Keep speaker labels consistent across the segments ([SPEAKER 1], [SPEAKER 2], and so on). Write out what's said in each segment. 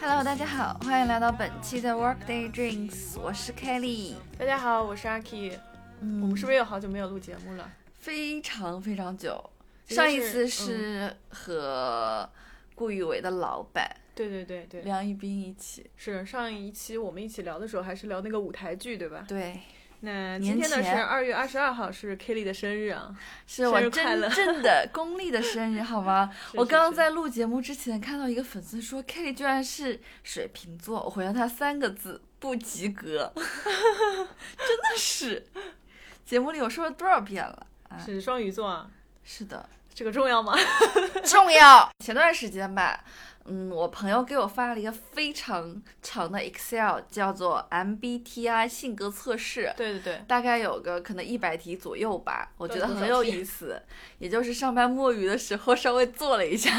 [SPEAKER 1] Hello，大家好，欢迎来到本期的 Workday Drinks，我是 Kelly。
[SPEAKER 2] 大家好，我是阿 K。
[SPEAKER 1] 嗯
[SPEAKER 2] 我们是不是有好久没有录节目了？
[SPEAKER 1] 非常非常久？
[SPEAKER 2] 其实
[SPEAKER 1] 上一次
[SPEAKER 2] 是嗯
[SPEAKER 1] 是和顾宇伟的老板
[SPEAKER 2] 对对对对，
[SPEAKER 1] 梁一冰一起，
[SPEAKER 2] 是上一期我们一起聊的时候，还是聊那个舞台剧，对吧？
[SPEAKER 1] 对，
[SPEAKER 2] 那
[SPEAKER 1] 年
[SPEAKER 2] 今天呢是
[SPEAKER 1] 前
[SPEAKER 2] 二月二十二号，是 Kelly 的生日啊。
[SPEAKER 1] 是我
[SPEAKER 2] 生日快
[SPEAKER 1] 真
[SPEAKER 2] 乐
[SPEAKER 1] 正的公历的生日，好吗？
[SPEAKER 2] 是
[SPEAKER 1] 我
[SPEAKER 2] 是
[SPEAKER 1] 刚刚
[SPEAKER 2] 是
[SPEAKER 1] 在录节目之前看到一个粉丝说 Kelly 居然是水瓶座，我回了他三个字：不及格。 真的是，节目里我说了多少遍了？啊，
[SPEAKER 2] 是双鱼座啊，
[SPEAKER 1] 是的，
[SPEAKER 2] 这个重要吗？
[SPEAKER 1] 重要。前段时间吧，嗯，我朋友给我发了一个非常长的 Excel，叫做 MBTI 性格测试。
[SPEAKER 2] 对对对，
[SPEAKER 1] 大概有个可能一百题左右吧，我觉得
[SPEAKER 2] 多少
[SPEAKER 1] 很有
[SPEAKER 2] 题
[SPEAKER 1] 意思，也就是上班摸鱼的时候稍微做了一下，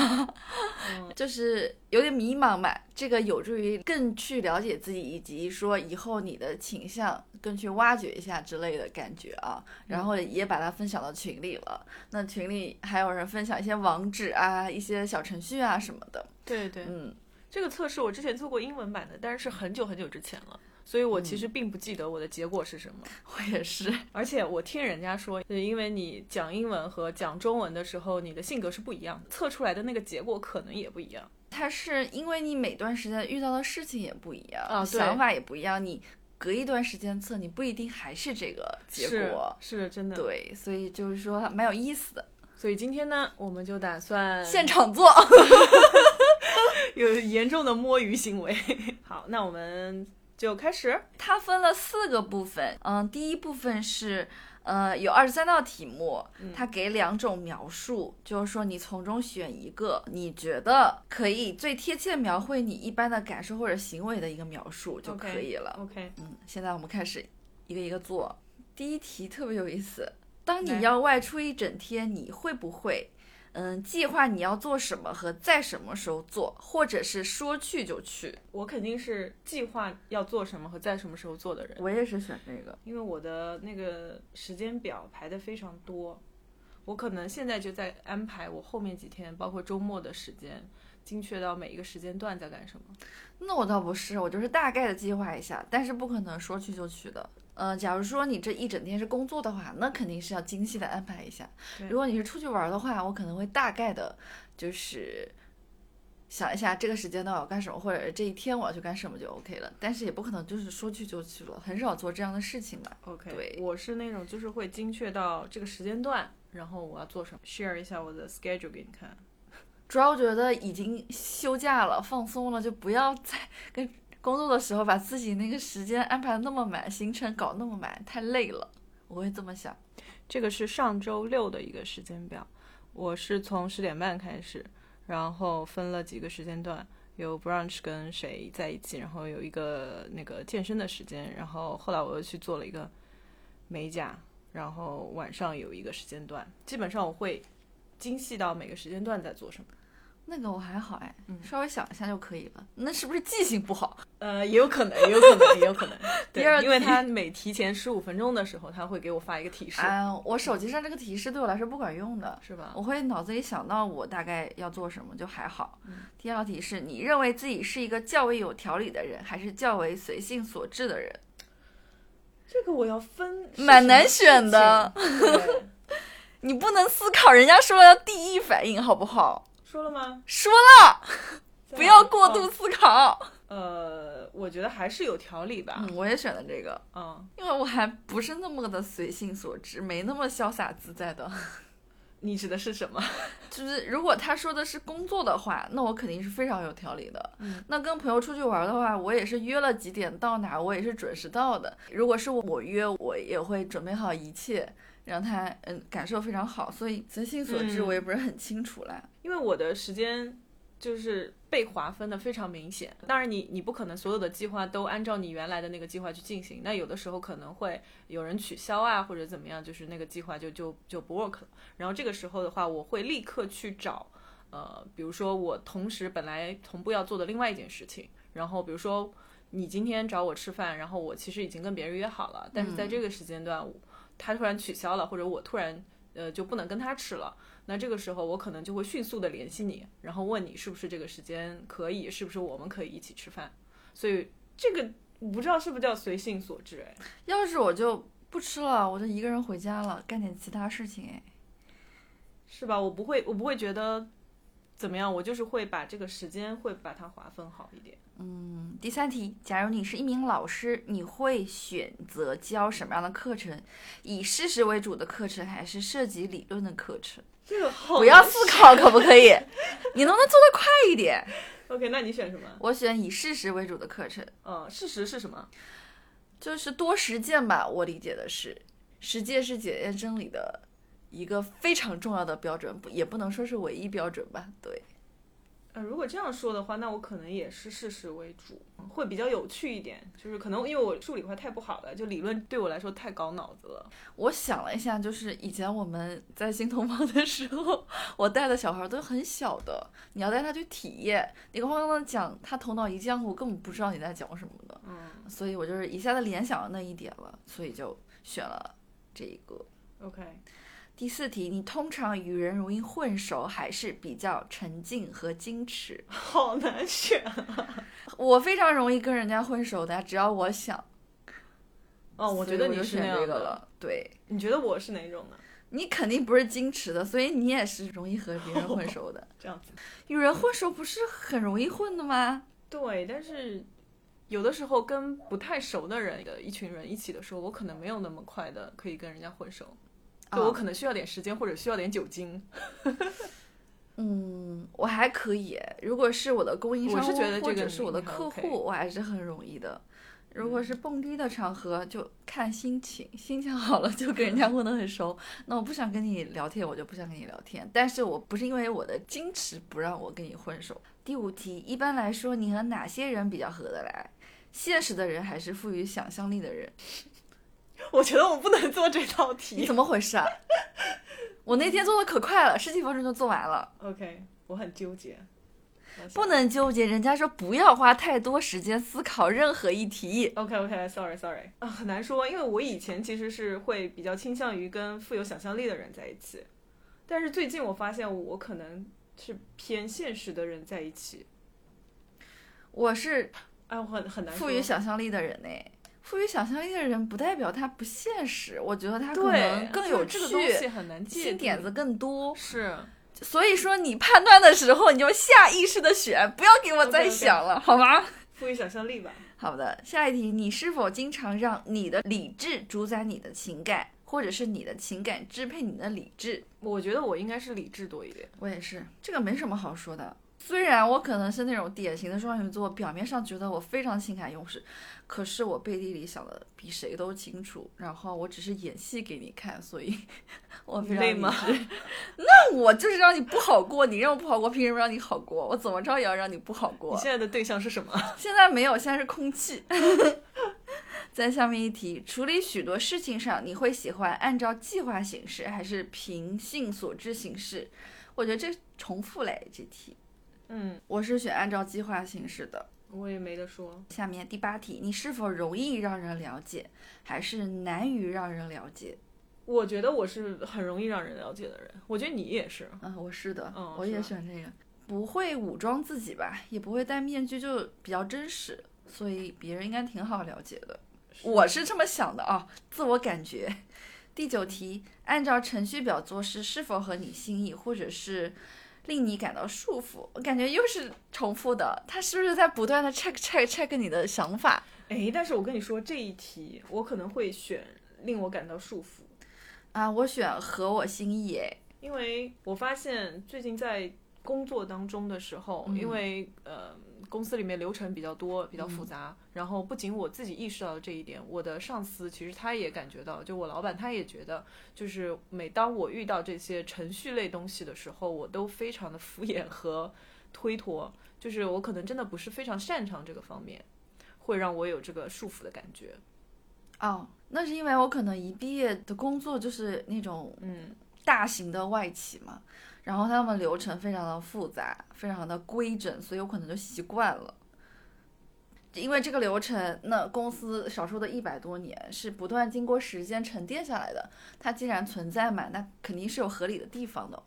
[SPEAKER 2] 嗯
[SPEAKER 1] 就是有点迷茫吧。这个有助于更去了解自己，以及说以后你的倾向更去挖掘一下之类的感觉啊。然
[SPEAKER 2] 嗯
[SPEAKER 1] 后也把它分享到群里了，那群里还有人分享一些网址啊、一些小程序啊什么的。
[SPEAKER 2] 对对，
[SPEAKER 1] 嗯，
[SPEAKER 2] 这个测试我之前做过英文版的，但是是很久很久之前了。所以我其实并不记得我的结果是什么，
[SPEAKER 1] 我也是。
[SPEAKER 2] 而且我听人家说，呃因为你讲英文和讲中文的时候，你的性格是不一样的，测出来的那个结果可能也不一样。
[SPEAKER 1] 它是因为你每段时间遇到的事情也不一样，
[SPEAKER 2] 啊对
[SPEAKER 1] 想法也不一样，你隔一段时间测，你不一定还是这个结果。
[SPEAKER 2] 是嗯是真的，
[SPEAKER 1] 对，所以就是说还蛮有意思的，
[SPEAKER 2] 所以今天呢，我们就打算
[SPEAKER 1] 现场做。
[SPEAKER 2] 有严重的摸鱼行为。 好，那我们就开始。
[SPEAKER 1] 它分了四个部分，嗯，第一部分是，呃，有二十三道题目，
[SPEAKER 2] 嗯
[SPEAKER 1] 它给两种描述，就是说你从中选一个你觉得可以最贴切描绘你一般的感受或者行为的一个描述就
[SPEAKER 2] OK
[SPEAKER 1] 可以了。
[SPEAKER 2] OK，
[SPEAKER 1] 嗯，现在我们开始一个一个做。第一题特别有意思，当
[SPEAKER 2] 来
[SPEAKER 1] 你要外出一整天，你会不会？嗯，计划你要做什么和在什么时候做，或者是说去就去。
[SPEAKER 2] 我肯定是计划要做什么和在什么时候做的人，
[SPEAKER 1] 我也是选这个，
[SPEAKER 2] 因为我的那个时间表排的非常多，我可能现在就在安排我后面几天，包括周末的时间，精确到每一个时间段在干什么。
[SPEAKER 1] 那我倒不是，我就是大概的计划一下，但是不可能说去就去的。呃，假如说你这一整天是工作的话，那肯定是要精细的安排一下。
[SPEAKER 2] 对
[SPEAKER 1] 如果你是出去玩的话，我可能会大概的，就是想一下这个时间段我要干什么，或者这一天我要去干什么就 OK 了。但是也不可能就是说去就去了，很少做这样的事情吧。
[SPEAKER 2] OK，
[SPEAKER 1] 对
[SPEAKER 2] 我是那种就是会精确到这个时间段，然后我要做什么，share 一下我的 schedule 给你看。
[SPEAKER 1] 主要觉得已经休假了，放松了，就不要再 跟工作的时候把自己那个时间安排的那么满，行程搞那么满，太累了。我会这么想。
[SPEAKER 2] 这个是上周六的一个时间表，我是从十点半开始，然后分了几个时间段，有 brunch 跟谁在一起，然后有一个那个健身的时间，然后后来我又去做了一个美甲，然后晚上有一个时间段，基本上我会精细到每个时间段在做什么。
[SPEAKER 1] 那个我还好哎，
[SPEAKER 2] 嗯
[SPEAKER 1] 稍微想一下就可以了。那是不是记性不好？
[SPEAKER 2] 呃，也有可能，也有可能，也有 可能。对
[SPEAKER 1] 第二，
[SPEAKER 2] 因为
[SPEAKER 1] 题
[SPEAKER 2] 他每提前十五分钟的时候，他会给我发一个提示，
[SPEAKER 1] 啊、我手机上这个提示对我来说不管用的，
[SPEAKER 2] 是吧？
[SPEAKER 1] 我会脑子里想到我大概要做什么，就还好。第二道题是你认为自己是一个较为有条理的人，还是较为随性所致的人？
[SPEAKER 2] 这个我要分，
[SPEAKER 1] 蛮难选的。
[SPEAKER 2] 对
[SPEAKER 1] 你不能思考人家说的第一反应，好不好？
[SPEAKER 2] 说了吗？
[SPEAKER 1] 说了，
[SPEAKER 2] 在
[SPEAKER 1] 不
[SPEAKER 2] 哪
[SPEAKER 1] 要
[SPEAKER 2] 里
[SPEAKER 1] 过度
[SPEAKER 2] 哦
[SPEAKER 1] 思考。
[SPEAKER 2] 呃，我觉得还是有条理吧。
[SPEAKER 1] 嗯，我也选了这个，
[SPEAKER 2] 嗯，
[SPEAKER 1] 因为我还不是那么的随性所致，没那么潇洒自在的。
[SPEAKER 2] 你指的是什么？
[SPEAKER 1] 就是如果他说的是工作的话，那我肯定是非常有条理的。
[SPEAKER 2] 嗯
[SPEAKER 1] 那跟朋友出去玩的话，我也是约了几点到哪，我也是准时到的。如果是我约，我也会准备好一切，让他嗯感受非常好。所以随性所致，
[SPEAKER 2] 嗯
[SPEAKER 1] 我也不是很清楚啦。
[SPEAKER 2] 因为我的时间就是被划分的非常明显。当然你，你不可能所有的计划都按照你原来的那个计划去进行，那有的时候可能会有人取消啊，或者怎么样，就是那个计划就就就不 work 了。然后这个时候的话，我会立刻去找，呃，比如说我同时本来同步要做的另外一件事情，然后比如说。你今天找我吃饭，然后我其实已经跟别人约好了，但是在这个时间段，我他突然取消了，或者我突然呃，就不能跟他吃了。那这个时候我可能就会迅速的联系你，然后问你是不是这个时间可以，是不是我们可以一起吃饭。所以这个我不知道是不是叫随性所致，哎，
[SPEAKER 1] 要是我就不吃了，我就一个人回家了，干点其他事情。哎，
[SPEAKER 2] 是吧？我不会，我不会觉得怎么样，我就是会把这个时间会把它划分好一点。
[SPEAKER 1] 嗯，第三题，假如你是一名老师，你会选择教什么样的课程？以事实为主的课程，还是涉及理论的课程？
[SPEAKER 2] 这个好
[SPEAKER 1] 不要思考，可不可以？你能不能做得快一点？
[SPEAKER 2] OK，那你选什么？
[SPEAKER 1] 我选以事实为主的课程，
[SPEAKER 2] 嗯，事实是什么？
[SPEAKER 1] 就是多实践吧。我理解的是，实践是检验真理的一个非常重要的标准，不也不能说是唯一标准吧？对。
[SPEAKER 2] 呃，如果这样说的话，那我可能也是事实为主，嗯会比较有趣一点。就是可能因为我数理化太不好了，就理论对我来说太搞脑子了。
[SPEAKER 1] 我想了一下，就是以前我们在新东方的时候，我带的小孩都很小的，你要带他去体验，你跟他讲，他头脑一浆糊，根本不知道你在讲什么的。
[SPEAKER 2] 嗯
[SPEAKER 1] 所以我就是一下子联想到那一点了，所以就选了这一个。
[SPEAKER 2] ，OK，
[SPEAKER 1] 第四题，你通常与人容易混熟，还是比较沉静和矜持？
[SPEAKER 2] 好难选。
[SPEAKER 1] 我非常容易跟人家混熟的，啊只要我想。
[SPEAKER 2] 哦，我
[SPEAKER 1] 所以
[SPEAKER 2] 觉得你
[SPEAKER 1] 就是
[SPEAKER 2] 那
[SPEAKER 1] 选
[SPEAKER 2] 样
[SPEAKER 1] 这个
[SPEAKER 2] 的。
[SPEAKER 1] 了。对，
[SPEAKER 2] 你觉得我是哪种呢？
[SPEAKER 1] 你肯定不是矜持的，所以你也是容易和别人混熟的。
[SPEAKER 2] 这样子。
[SPEAKER 1] 与人混熟不是很容易混的吗？
[SPEAKER 2] 对，但是有的时候跟不太熟的人的一群人一起的时候，我可能没有那么快的可以跟人家混熟，就我
[SPEAKER 1] 啊
[SPEAKER 2] 可能需要点时间，或者需要点酒精。
[SPEAKER 1] 嗯，我还可以。如果是我的供应商，
[SPEAKER 2] 我是觉得
[SPEAKER 1] 或
[SPEAKER 2] 这
[SPEAKER 1] 者
[SPEAKER 2] 个
[SPEAKER 1] 是我
[SPEAKER 2] 你
[SPEAKER 1] 的
[SPEAKER 2] 还
[SPEAKER 1] 客
[SPEAKER 2] OK 嗯
[SPEAKER 1] 户，我还是很容易的。如果是蹦迪的场合，就看心情，心情好了就跟人
[SPEAKER 2] 嗯
[SPEAKER 1] 家混得很熟。那我不想跟你聊天，我就不想跟你聊天。但是我不是因为我的矜持不让我跟你混熟。第五题，一般来说，你和哪些人比较合得来？现实的人还是富于想象力的人？
[SPEAKER 2] 我觉得我不能做这道
[SPEAKER 1] 你
[SPEAKER 2] 题。
[SPEAKER 1] 怎么回事啊？我那天做的可快了，十几分钟就做完了。
[SPEAKER 2] OK，我很纠结。我想
[SPEAKER 1] 不能纠结，人家说不要花太多时间思考任何一题。
[SPEAKER 2] OK OK，Sorry Sorry，啊，很难说，因为我以前其实是会比较倾向于跟富有想象力的人在一起，但是最近我发现我可能是偏现实的人在一起，
[SPEAKER 1] 我是
[SPEAKER 2] 哎，我很很难说
[SPEAKER 1] 富于想象力的人呢、富于想象力的人不代表他不现实，我觉得他可能
[SPEAKER 2] 对
[SPEAKER 1] 更有趣
[SPEAKER 2] 这，个东西很难界
[SPEAKER 1] 新点
[SPEAKER 2] 定
[SPEAKER 1] 子更多。
[SPEAKER 2] 是
[SPEAKER 1] 所以说你判断的时候，你就下意识的选，不要给我再
[SPEAKER 2] OK，OK
[SPEAKER 1] 想了好吗？
[SPEAKER 2] 富于想象力吧。
[SPEAKER 1] 好的，下一题，你是否经常让你的理智主宰你的情感，或者是你的情感支配你的理智？
[SPEAKER 2] 我觉得我应该是理智多一点，
[SPEAKER 1] 我也是，这个没什么好说的。虽然我可能是那种典型的双鱼座，表面上觉得我非常情感用事，可是我背地里想的比谁都清楚。然后我只是演戏给你看，所以 我非常
[SPEAKER 2] 累吗
[SPEAKER 1] 理 智？那我就是让你不好过，你让我不好过，凭什么让你好过？我怎么着也要让你不好
[SPEAKER 2] 你
[SPEAKER 1] 过。
[SPEAKER 2] 现在的对象是什么？
[SPEAKER 1] 现在没有，现在是空气。 在下面一题，处理许多事情上，你会喜欢按照计划行事，还是凭性所致行事？我觉得这重复嘞，这题
[SPEAKER 2] 嗯，
[SPEAKER 1] 我是选按照计划行事的。
[SPEAKER 2] 我也没得说。
[SPEAKER 1] 下面第八题，你是否容易让人了解，还是难于让人了解？
[SPEAKER 2] 我觉得我是很容易让人了解的人，我觉得你也是。
[SPEAKER 1] 嗯，我是的，
[SPEAKER 2] 嗯
[SPEAKER 1] 我
[SPEAKER 2] 是
[SPEAKER 1] 也
[SPEAKER 2] 吧
[SPEAKER 1] 选这个，不会武装自己吧，也不会戴面具，就比较真实，所以别人应该挺好了解的。我是这么想的啊，自我感觉。 第九题，按照程序表做事是否合你心意，或者是令你感到束缚？我感觉又是重复的，他是不是在不断的 check check check 你的想法？
[SPEAKER 2] 哎，但是我跟你说这一题，我可能会选令我感到束缚，
[SPEAKER 1] 啊，我选合我心意诶。
[SPEAKER 2] 因为我发现最近在工作当中的时候，
[SPEAKER 1] 嗯嗯
[SPEAKER 2] 因为呃公司里面流程比较多，比较复杂，然后不仅我自己意识到了这一点，我的上司其实他也感觉到，就我老板他也觉得，就是每当我遇到这些程序类东西的时候，我都非常的敷衍和推脱，就是我可能真的不是非常擅长这个方面，会让我有这个束缚的感觉。
[SPEAKER 1] 哦，那是因为我可能一毕业的工作就是那种
[SPEAKER 2] 嗯，
[SPEAKER 1] 大型的外企嘛，然后他们流程非常的复杂，非常的规整，所以我可能就习惯了。因为这个流程，那公司少说的一百多年是不断经过时间沉淀下来的，它既然存在嘛，那肯定是有合理的地方的。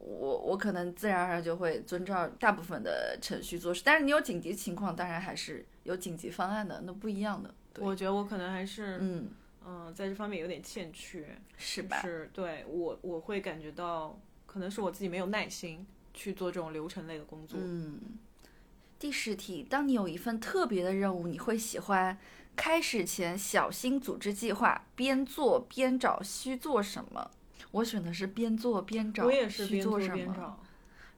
[SPEAKER 1] 我我可能自然而然就会遵照大部分的程序做事，但是你有紧急情况，当然还是有紧急方案的，那不一样的。对，
[SPEAKER 2] 我觉得我可能还是嗯、
[SPEAKER 1] 嗯，
[SPEAKER 2] 在这方面有点欠缺，
[SPEAKER 1] 是
[SPEAKER 2] 就
[SPEAKER 1] 吧？
[SPEAKER 2] 是对我我会感觉到，可能是我自己没有耐心去做这种流程类的工作。
[SPEAKER 1] 嗯。第十题，当你有一份特别的任务，你会喜欢开始前小心组织计划，边做边找需做什么？我选的是边做边找，
[SPEAKER 2] 我也是
[SPEAKER 1] 需
[SPEAKER 2] 边
[SPEAKER 1] 做
[SPEAKER 2] 做
[SPEAKER 1] 什
[SPEAKER 2] 边
[SPEAKER 1] 么？
[SPEAKER 2] 找，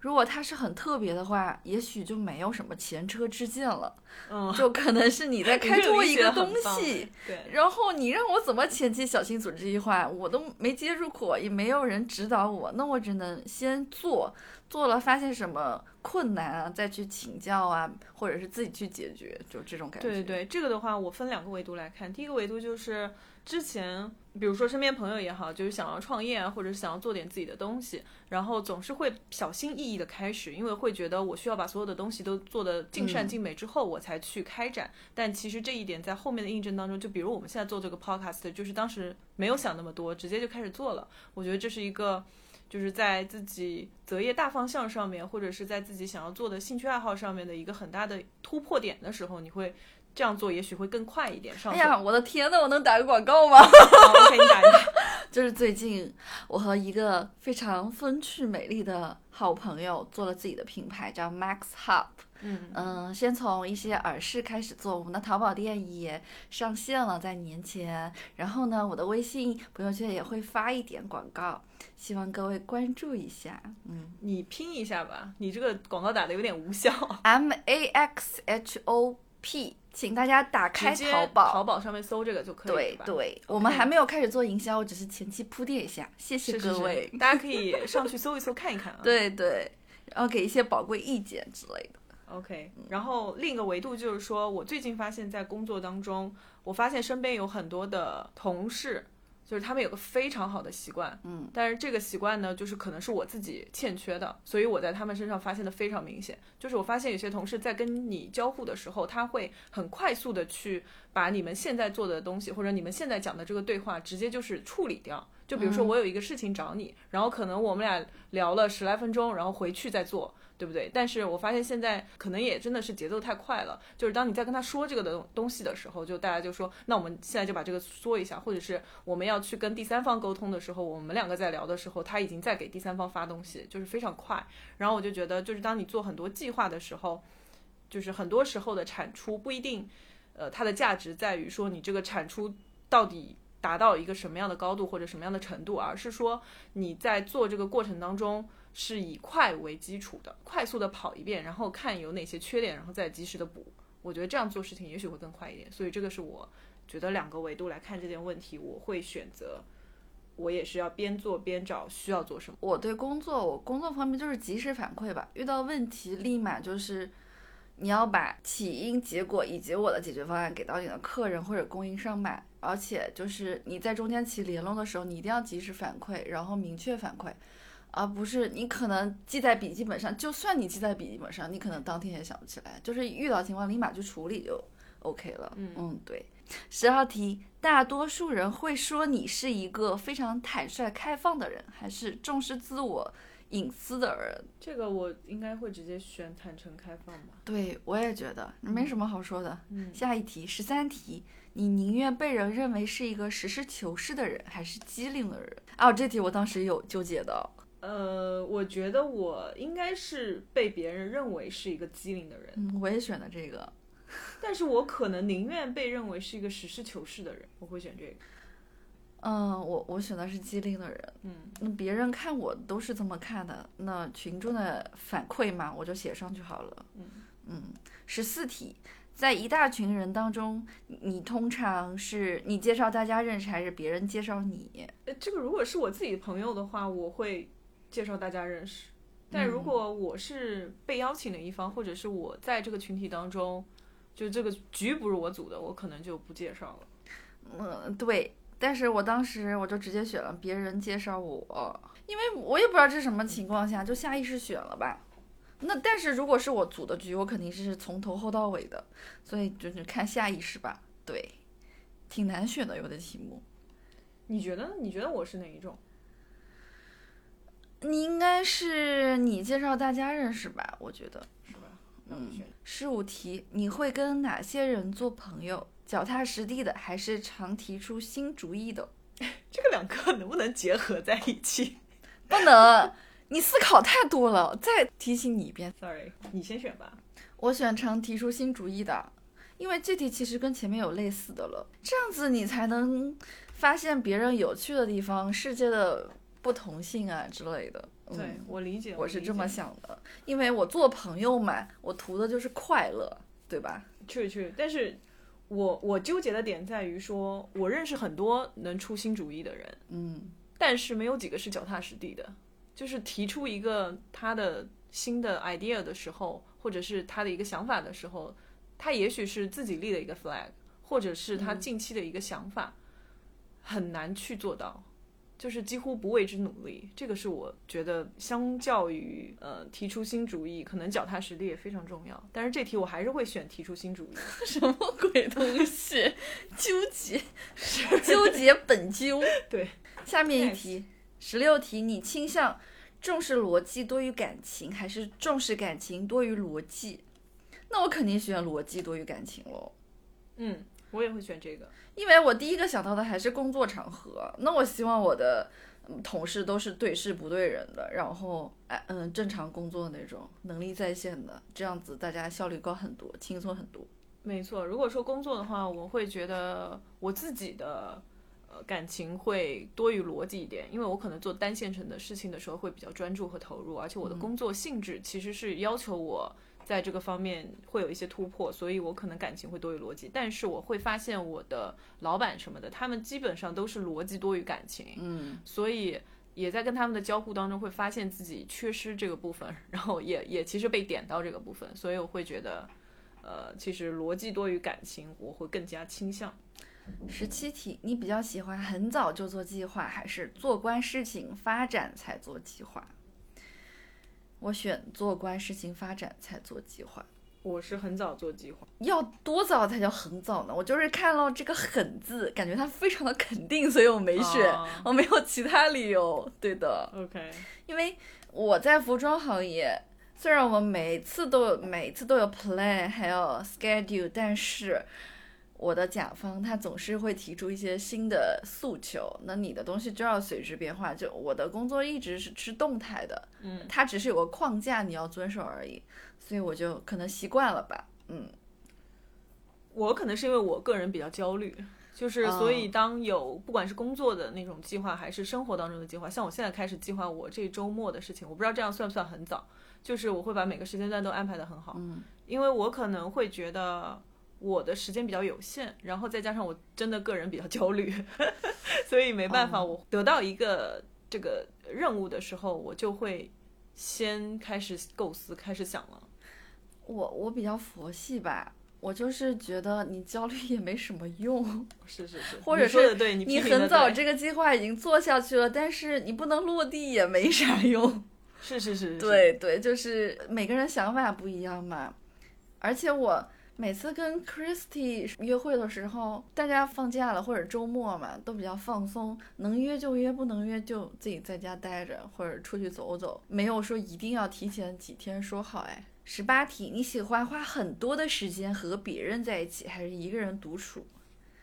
[SPEAKER 1] 如果它是很特别的话，也许就没有什么前车之鉴了，
[SPEAKER 2] 嗯，
[SPEAKER 1] 就可能是你在
[SPEAKER 2] 你这
[SPEAKER 1] 开
[SPEAKER 2] 个
[SPEAKER 1] 拓
[SPEAKER 2] 理
[SPEAKER 1] 一
[SPEAKER 2] 解
[SPEAKER 1] 个
[SPEAKER 2] 很
[SPEAKER 1] 东
[SPEAKER 2] 棒
[SPEAKER 1] 西，
[SPEAKER 2] 对，
[SPEAKER 1] 然后你让我怎么前期小心组织计划，我都没接触过，也没有人指导我，那我只能先做，做了发现什么困难啊，再去请教啊，或者是自己去解决，就这种感觉。
[SPEAKER 2] 对对，对，这个的话，我分两个维度来看。第一个维度就是之前，比如说身边朋友也好，就是想要创业啊，或者想要做点自己的东西，然后总是会小心翼翼的开始，因为会觉得我需要把所有的东西都做得尽
[SPEAKER 1] 嗯
[SPEAKER 2] 善尽美之后，我才去开展。但其实这一点在后面的印证当中，就比如我们现在做这个 podcast，就是当时没有想那么多，直接就开始做了。我觉得这是一个。就是在自己择业大方向上面，或者是在自己想要做的兴趣爱好上面的一个很大的突破点的时候，你会这样做，也许会更快一点。上
[SPEAKER 1] 哎
[SPEAKER 2] 手，
[SPEAKER 1] 呀，我的天呐，我能打个广告吗？
[SPEAKER 2] 好我给你打一打。
[SPEAKER 1] 就是最近我和一个非常风趣美丽的好朋友做了自己的品牌，叫 Max Hub。
[SPEAKER 2] 嗯，
[SPEAKER 1] 嗯，先从一些耳饰开始做，我们的淘宝店也上线了，在年前。然后呢，我的微信朋友圈也会发一点广告，希望各位关注一下。嗯
[SPEAKER 2] 你拼一下吧，你这个广告打的有点无效。
[SPEAKER 1] ，M A X H O P，请大家打开
[SPEAKER 2] 直接
[SPEAKER 1] 淘宝。
[SPEAKER 2] 淘宝上面搜这个就可以了
[SPEAKER 1] 对
[SPEAKER 2] 吧？
[SPEAKER 1] 对，我们还没有开始做营销，我只是前期铺垫一下。谢谢
[SPEAKER 2] 是是
[SPEAKER 1] 各位。
[SPEAKER 2] 是，大家可以上去搜一搜看一看啊。
[SPEAKER 1] 对对，然后给一些宝贵意见之类的。
[SPEAKER 2] OK，然后另一个维度就是说，我最近发现，在工作当中，我发现身边有很多的同事，就是他们有个非常好的习惯，
[SPEAKER 1] 嗯，
[SPEAKER 2] 但是这个习惯呢，就是可能是我自己欠缺的，所以我在他们身上发现的非常明显。就是我发现有些同事在跟你交互的时候，他会很快速的去把你们现在做的东西，或者你们现在讲的这个对话，直接就是处理掉。就比如说，我有一个事情找你，然后可能我们俩聊了十来分钟，然后回去再做，对不对？但是我发现现在可能也真的是节奏太快了，就是当你在跟他说这个的东东西的时候，就大家就说，那我们现在就把这个说一下，或者是我们要去跟第三方沟通的时候，我们两个在聊的时候，他已经在给第三方发东西，就是非常快。然后我就觉得，就是当你做很多计划的时候，就是很多时候的产出不一定，呃，它的价值在于说你这个产出到底。达到一个什么样的高度或者什么样的程度，而是说你在做这个过程当中，是以快为基础的，快速的跑一遍，然后看有哪些缺点，然后再及时的补。我觉得这样做事情也许会更快一点。所以这个是我觉得两个维度来看这件问题，我会选择，我也是要边做边找需要做什么。
[SPEAKER 1] 我对工作，我工作方面就是及时反馈吧，遇到问题立马就是。你要把起因、结果以及我的解决方案给到你的客人或者供应商买，而且就是你在中间起联络的时候，你一定要及时反馈，然后明确反馈，而不是你可能记在笔记本上，就算你记在笔记本上，你可能当天也想不起来，就是遇到情况立马去处理就 OK 了。
[SPEAKER 2] 嗯
[SPEAKER 1] 对。十号题，大多数人会说你是一个非常坦率开放的人，还是重视自我隐私的人？
[SPEAKER 2] 这个我应该会直接选坦诚开放吧。
[SPEAKER 1] 对我也觉得没什么好说的。
[SPEAKER 2] 嗯，
[SPEAKER 1] 下一题，十三题，你宁愿被人认为是一个实事求是的人，还是机灵的人？哦，这题我当时有纠结的。哦
[SPEAKER 2] 呃，我觉得我应该是被别人认为是一个机灵的人，
[SPEAKER 1] 嗯，我也选的这个。
[SPEAKER 2] 但是我可能宁愿被认为是一个实事求是的人，我会选这个。
[SPEAKER 1] 嗯，我我选的是机灵的人。
[SPEAKER 2] 嗯，
[SPEAKER 1] 那别人看我都是这么看的，那群众的反馈嘛，我就写上去好了。
[SPEAKER 2] 嗯
[SPEAKER 1] 嗯，十四题，在一大群人当中，你你通常是你介绍大家认识，还是别人介绍你？
[SPEAKER 2] 呃，这个如果是我自己朋友的话，我会介绍大家认识。但如
[SPEAKER 1] 嗯
[SPEAKER 2] 果我是被邀请的一方，或者是我在这个群体当中，就这个局不是我组的，我可能就不介绍了。
[SPEAKER 1] 嗯，对。但是我当时我就直接选了别人介绍我，因为我也不知道这是什么情况下，就下意识选了吧。那但是如果是我组的局，我肯定是从头后到尾的，所以就是看下意识吧。对，挺难选的，有的题目。
[SPEAKER 2] 你觉得呢？你觉得我是哪一种？
[SPEAKER 1] 你应该是你介绍大家认识吧？我觉得
[SPEAKER 2] 是吧？那我
[SPEAKER 1] 嗯
[SPEAKER 2] 选，
[SPEAKER 1] 十五题，你会跟哪些人做朋友？脚踏实地的，还是常提出新主意的？
[SPEAKER 2] 这个两个能不能结合在一起
[SPEAKER 1] 不能，你思考太多了。再提醒你一遍，
[SPEAKER 2] ？Sorry，你先选吧。
[SPEAKER 1] 我选常提出新主意的，因为这题其实跟前面有类似的了。这样子你才能发现别人有趣的地方、世界的不同性啊之类的。嗯、
[SPEAKER 2] 对，我理解，
[SPEAKER 1] 我是
[SPEAKER 2] 理
[SPEAKER 1] 这么
[SPEAKER 2] 解。
[SPEAKER 1] 想的，因为我做朋友嘛，我图的就是快乐，对吧？
[SPEAKER 2] 去去，但是我我纠结的点在于说，我认识很多能出新主意的人，
[SPEAKER 1] 嗯，
[SPEAKER 2] 但是没有几个是脚踏实地的，就是提出一个他的新的 idea 的时候，或者是他的一个想法的时候，他也许是自己立了一个 flag，或者是他近期的一个想法，很难去做到。就是几乎不为之努力，这个是我觉得相较于呃提出新主意，可能脚踏实地也非常重要。但是这题我还是会选提出新主意。
[SPEAKER 1] 什么鬼东西？纠结，纠结本纠。
[SPEAKER 2] 对，
[SPEAKER 1] 下面一题，十六题，你倾向重视逻辑多于感情，还是重视感情多于逻辑？那我肯定选逻辑多于感情喽，
[SPEAKER 2] 嗯，我也会选这个。
[SPEAKER 1] 因为我第一个想到的还是工作场合。那我希望我的嗯同事都是对事不对人的，然后哎嗯正常工作的那种，能力在线的，这样子大家效率高很多，轻松很多。
[SPEAKER 2] 没错，如果说工作的话，我会觉得我自己的呃感情会多于逻辑一点，因为我可能做单线程的事情的时候会比较专注和投入，而且我的工作性质其实是要求我在这个方面会有一些突破，所以我可能感情会多于逻辑。但是我会发现我的老板什么的，他们基本上都是逻辑多于感情，
[SPEAKER 1] 嗯，
[SPEAKER 2] 所以也在跟他们的交互当中会发现自己缺失这个部分，然后也也其实被点到这个部分，所以我会觉得，呃，其实逻辑多于感情，我会更加倾向。
[SPEAKER 1] 十七题，你比较喜欢很早就做计划，还是做关事情发展才做计划？我选做关事情发展才做计划。
[SPEAKER 2] 我是很早做计划，
[SPEAKER 1] 要多早才叫很早呢？我就是看到这个“很”字，感觉它非常的肯定，所以我没选，
[SPEAKER 2] 哦
[SPEAKER 1] 我没有其他理由。对的，
[SPEAKER 2] OK，
[SPEAKER 1] 因为我在服装行业，虽然我们每次都有每次都有 plan 还有 schedule，但是我的甲方他总是会提出一些新的诉求，那你的东西就要随之变化。就我的工作一直是是动态的，
[SPEAKER 2] 嗯，
[SPEAKER 1] 它只是有个框架你要遵守而已，所以我就可能习惯了吧。嗯，
[SPEAKER 2] 我可能是因为我个人比较焦虑。就是，
[SPEAKER 1] 哦
[SPEAKER 2] 所以当有不管是工作的那种计划，还是生活当中的计划，像我现在开始计划我这周末的事情，我不知道这样算不算很早。就是我会把每个时间段都安排的很好，
[SPEAKER 1] 嗯，
[SPEAKER 2] 因为我可能会觉得我的时间比较有限，然后再加上我真的个人比较焦虑， 所以没办法，
[SPEAKER 1] 哦
[SPEAKER 2] 我得到一个这个任务的时候，我就会先开始构思，开始想了。
[SPEAKER 1] 我我比较佛系吧，我就是觉得你焦虑也没什么用。
[SPEAKER 2] 是是是，
[SPEAKER 1] 或者
[SPEAKER 2] 你说的哎对你
[SPEAKER 1] 你
[SPEAKER 2] 批评得
[SPEAKER 1] 很早
[SPEAKER 2] 对
[SPEAKER 1] 这个计划已经做下去了，但是你不能落地也没啥用。
[SPEAKER 2] 是是是是，
[SPEAKER 1] 对对，就是每个人想法不一样嘛。而且我每次跟 Christy 约会的时候，大家放假了或者周末嘛，都比较放松，能约就约，不能约就自己在家待着或者出去走走，没有说一定要提前几天说好哎。十八题，你喜欢花很多的时间和别人在一起，还是一个人独处？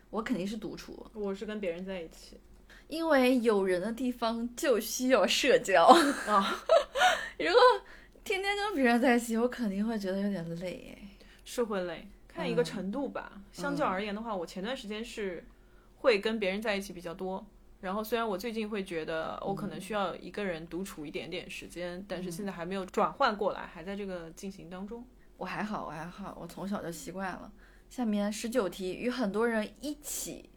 [SPEAKER 1] 我肯定是独处，
[SPEAKER 2] 我是跟别人在一起，
[SPEAKER 1] 因为有人的地方就需要社交。
[SPEAKER 2] 啊
[SPEAKER 1] 如果天天跟别人在一起，我肯定会觉得有点累哎。
[SPEAKER 2] 是会累，看一个
[SPEAKER 1] 嗯
[SPEAKER 2] 程度吧。相较而言的话，我前段时间是会跟别人在一起比较多。然后虽然我最近会觉得我可能需要一个人独处一点点时间，但是现在还没有转换过来，还在这个进行当中。
[SPEAKER 1] 我还好，我还好，我从小就习惯了。下面十九题，与很多人一起，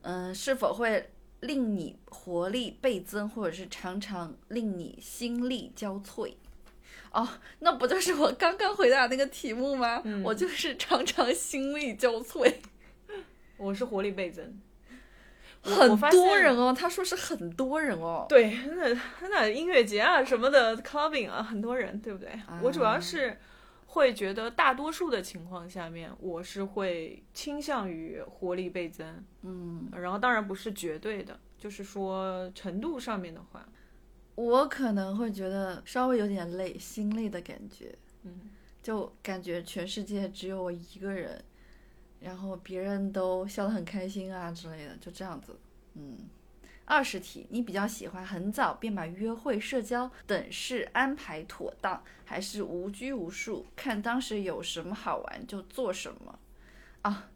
[SPEAKER 1] 嗯，是否会令你活力倍增，或者是常常令你心力交瘁？哦，那不就是我刚刚回答那个题目吗？
[SPEAKER 2] 嗯
[SPEAKER 1] 我就是常常心力交瘁。
[SPEAKER 2] 我是活力倍增，我
[SPEAKER 1] 很
[SPEAKER 2] 发
[SPEAKER 1] 多
[SPEAKER 2] 现
[SPEAKER 1] 人哦，他说是很多人哦，
[SPEAKER 2] 对，那那音乐节啊什么的 clubbing 啊，很多人，对不对？我主
[SPEAKER 1] 啊
[SPEAKER 2] 要是会觉得，大多数的情况下面，我是会倾向于活力倍增，呃
[SPEAKER 1] 嗯，
[SPEAKER 2] 然后当然不是绝对的，就是说程度上面的话，
[SPEAKER 1] 我可能会觉得稍微有点累，心累的感觉，
[SPEAKER 2] 嗯，
[SPEAKER 1] 就感觉全世界只有我一个人，然后别人都笑得很开心啊之类的，就这样子，嗯。二十题，你比较喜欢很早便把约会、社交等事安排妥当，还是无拘无束，看当时有什么好玩就做什么？啊，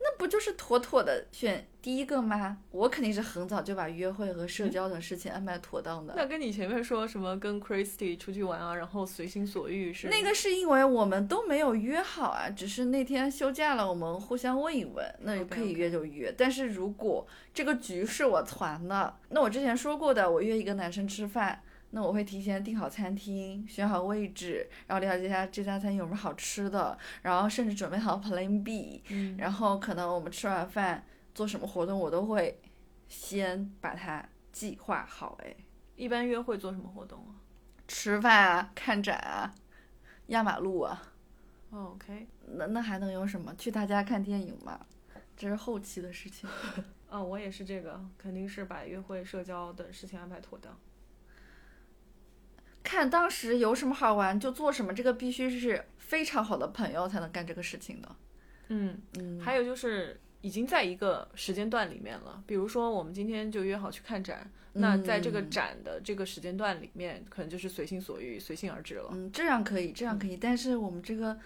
[SPEAKER 1] 那不就是妥妥的选第一个吗？我肯定是很早就把约会和社交等事情安排妥当的。
[SPEAKER 2] 那跟你前面说什么跟 Christy 出去玩啊，然后随心所欲是
[SPEAKER 1] 那个是因为我们都没有约好啊，只是那天休假了，我们互相问一问，那
[SPEAKER 2] OK，OK
[SPEAKER 1] 可以约就约。但是如果这个局是我团的，那我之前说过的，我约一个男生吃饭，那我会提前订好餐厅，选好位置，然后了解一下这家餐厅有什么好吃的，然后甚至准备好 Plan B，、
[SPEAKER 2] 嗯
[SPEAKER 1] 然后可能我们吃完饭做什么活动，我都会先把它计划好。哎，
[SPEAKER 2] 一般约会做什么活动啊
[SPEAKER 1] 吃饭啊，看展啊，压马路啊。
[SPEAKER 2] 哦？OK，
[SPEAKER 1] 那那还能有什么？去他家看电影嘛，这是后期的事情。
[SPEAKER 2] 啊、我也是这个，肯定是把约会、社交等事情安排妥当。
[SPEAKER 1] 看当时有什么好玩就做什么，这个必须是非常好的朋友才能干这个事情的。
[SPEAKER 2] 嗯，
[SPEAKER 1] 嗯，
[SPEAKER 2] 还有就是已经在一个时间段里面了，比如说我们今天就约好去看展，那在这
[SPEAKER 1] 嗯
[SPEAKER 2] 个展的这个时间段里面，可能就是随心所欲、随心而至了。
[SPEAKER 1] 嗯，这样可以，这样可以，但是我们这个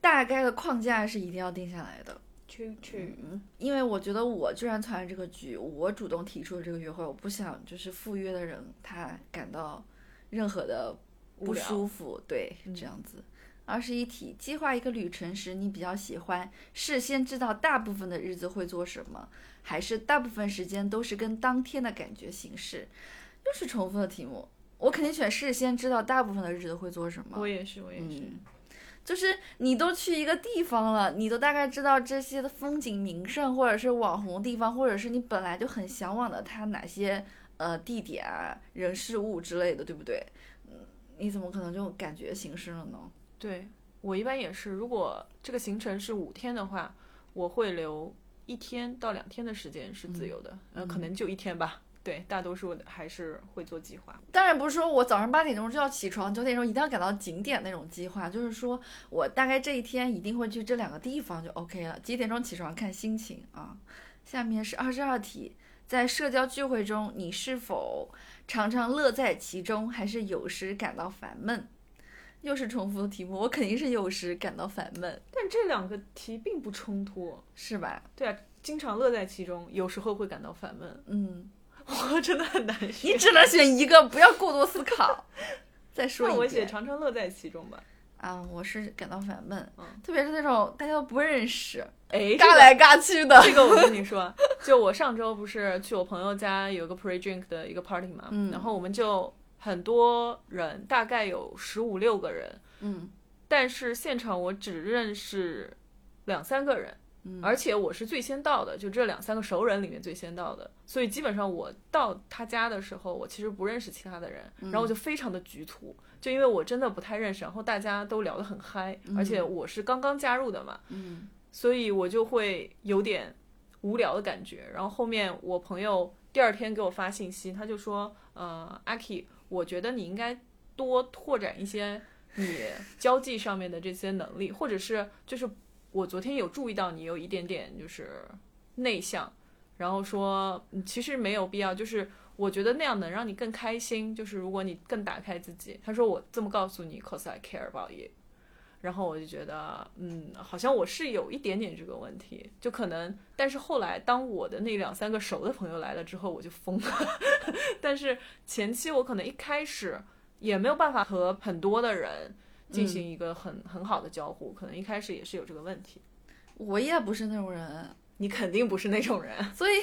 [SPEAKER 1] 大概的框架是一定要定下来的。
[SPEAKER 2] 去去，
[SPEAKER 1] 嗯，因为我觉得我居然参与这个局，我主动提出了这个约会，我不想就是赴约的人他感到任何的
[SPEAKER 2] 无
[SPEAKER 1] 不
[SPEAKER 2] 聊嗯
[SPEAKER 1] 舒服，对，这样子。二十一题，计划一个旅程时，你比较喜欢事先知道大部分的日子会做什么，还是大部分时间都是跟当天的感觉行事？又是重复的题目，我肯定选事先知道大部分的日子会做什么。
[SPEAKER 2] 我也是，我也是。
[SPEAKER 1] 嗯，就是你都去一个地方了，你都大概知道这些的风景名胜，或者是网红地方，或者是你本来就很向往的它哪些呃地点啊、人事物之类的，对不对？嗯，你怎么可能就感觉形式了呢？
[SPEAKER 2] 对我一般也是，如果这个行程是五天的话，我会留一天到两天的时间是
[SPEAKER 1] 嗯
[SPEAKER 2] 自由的，呃，可能就一天吧。对，大多数还是会做计划。
[SPEAKER 1] 当然不是说我早上八点钟就要起床，九点钟一定要赶到景点那种计划，就是说我大概这一天一定会去这两个地方就 OK 了。几点钟起床看心情啊。下面是二十二题，在社交聚会中，你是否常常乐在其中，还是有时感到烦闷？又是重复的题目，我肯定是有时感到烦闷，
[SPEAKER 2] 但这两个题并不冲突，
[SPEAKER 1] 是吧？
[SPEAKER 2] 对啊，经常乐在其中，有时候会感到烦闷，
[SPEAKER 1] 嗯，
[SPEAKER 2] 我真的很难
[SPEAKER 1] 你
[SPEAKER 2] 选。
[SPEAKER 1] 只能选一个，不要过多思考。再说一
[SPEAKER 2] 那
[SPEAKER 1] 遍，
[SPEAKER 2] 我写常常乐在其中 吧。
[SPEAKER 1] 啊，我是感到烦闷，
[SPEAKER 2] 嗯
[SPEAKER 1] 特别是那种大家都不认识，
[SPEAKER 2] 哎，
[SPEAKER 1] 尬 来尬去 的。
[SPEAKER 2] 这个我跟你说，就我上周不是去我朋友家有个 pre drink 的一个 party 嘛，
[SPEAKER 1] 嗯
[SPEAKER 2] 然后我们就很多人，大概有十五六个人，
[SPEAKER 1] 嗯
[SPEAKER 2] 但是现场我只认识两三个人，
[SPEAKER 1] 嗯
[SPEAKER 2] 而且我是最先到的，就这两三个熟人里面最先到的，所以基本上我到他家的时候，我其实不认识其他的人，
[SPEAKER 1] 嗯
[SPEAKER 2] 然后我就非常的局促，就因为我真的不太认识，然后大家都聊得很嗨，而且我是刚刚加入的嘛，
[SPEAKER 1] 嗯
[SPEAKER 2] 所以我就会有点无聊的感觉。然后后面我朋友第二天给我发信息，他就说：“呃，阿 K，我觉得你应该多拓展一些你交际上面的这些能力，或者是就是我昨天有注意到你有一点点就是内向，然后说嗯其实没有必要，就是。”我觉得那样能让你更开心，就是如果你更打开自己。他说我这么告诉你，cause I care about you。然后我就觉得，嗯，好像我是有一点点这个问题，就可能，但是后来当我的那两三个熟的朋友来了之后，我就疯了。 但是前期我可能一开始也没有办法和很多的人进行一个很、很好的交互，可能一开始也是有这个问题。
[SPEAKER 1] 我也不是那种人，
[SPEAKER 2] 你肯定不是那种 人，
[SPEAKER 1] 所以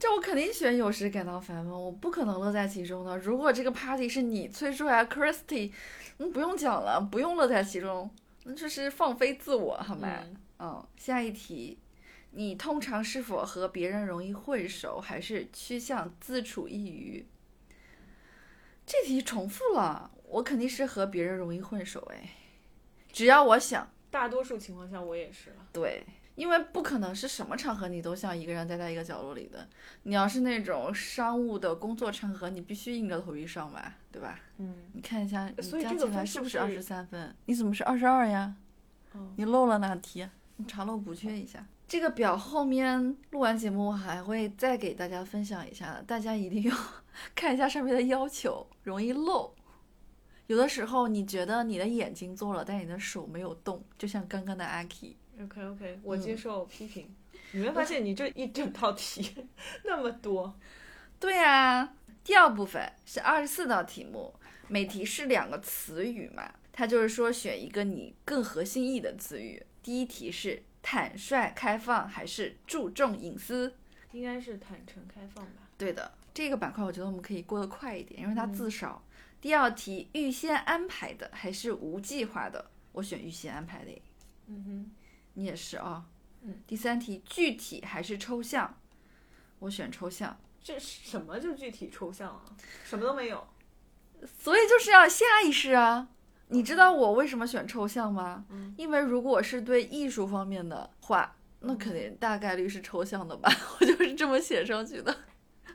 [SPEAKER 1] 这我肯定选有时感到烦闷，我不可能乐在其中的。如果这个 party 是你催出来，Christy，嗯，不用讲了，不用乐在其中，那就是放飞自我，好吗？
[SPEAKER 2] 嗯
[SPEAKER 1] 哦嗯，下一题，你通常是否和别人容易混熟，还是趋向自处一隅？这题重复了，我肯定是和别人容易混熟哎，只要我想，
[SPEAKER 2] 大多数情况下我也是了。
[SPEAKER 1] 对，因为不可能是什么场合你都想一个人待在一个角落里的。你要是那种商务的工作场合，你必须硬着头皮上吧，对吧？
[SPEAKER 2] 嗯，
[SPEAKER 1] 你看一下，你
[SPEAKER 2] 所以
[SPEAKER 1] 加
[SPEAKER 2] 这
[SPEAKER 1] 起
[SPEAKER 2] 个
[SPEAKER 1] 来
[SPEAKER 2] 分
[SPEAKER 1] 是
[SPEAKER 2] 数
[SPEAKER 1] 不是二十
[SPEAKER 2] 是
[SPEAKER 1] 三分？你怎么是二十二呀？
[SPEAKER 2] 哦，
[SPEAKER 1] 你漏了哪题？你查漏补缺一下。这个表后面录完节目我还会再给大家分享一下的，大家一定要 看一下上面的要求，容易漏。有的时候你觉得你的眼睛做了，但你的手没有动，就像刚刚的阿 K。
[SPEAKER 2] OK OK，我嗯接受批评。你没发现你这一整套题 那么多？
[SPEAKER 1] 对啊，第二部分是二十四道题目，每题是两个词语嘛，它就是说选一个你更合心意的词语。第一题是坦率开放还是注重隐私？
[SPEAKER 2] 应该是坦诚开放吧？
[SPEAKER 1] 对的，这个板块我觉得我们可以过得快一点，因为它
[SPEAKER 2] 嗯
[SPEAKER 1] 字少。第二题，预先安排的还是无计划的？我选预先安排的耶，
[SPEAKER 2] 嗯哼，
[SPEAKER 1] 你也是啊、
[SPEAKER 2] 嗯。
[SPEAKER 1] 第三题，具体还是抽象？我选抽象。
[SPEAKER 2] 这是什么就具体抽象啊？什么都没有。
[SPEAKER 1] 所以就是要下意识啊。你知道我为什么选抽象吗？
[SPEAKER 2] 嗯
[SPEAKER 1] 因为如果是对艺术方面的话，那肯定大概率是抽象的吧。 我就是这么写上去的，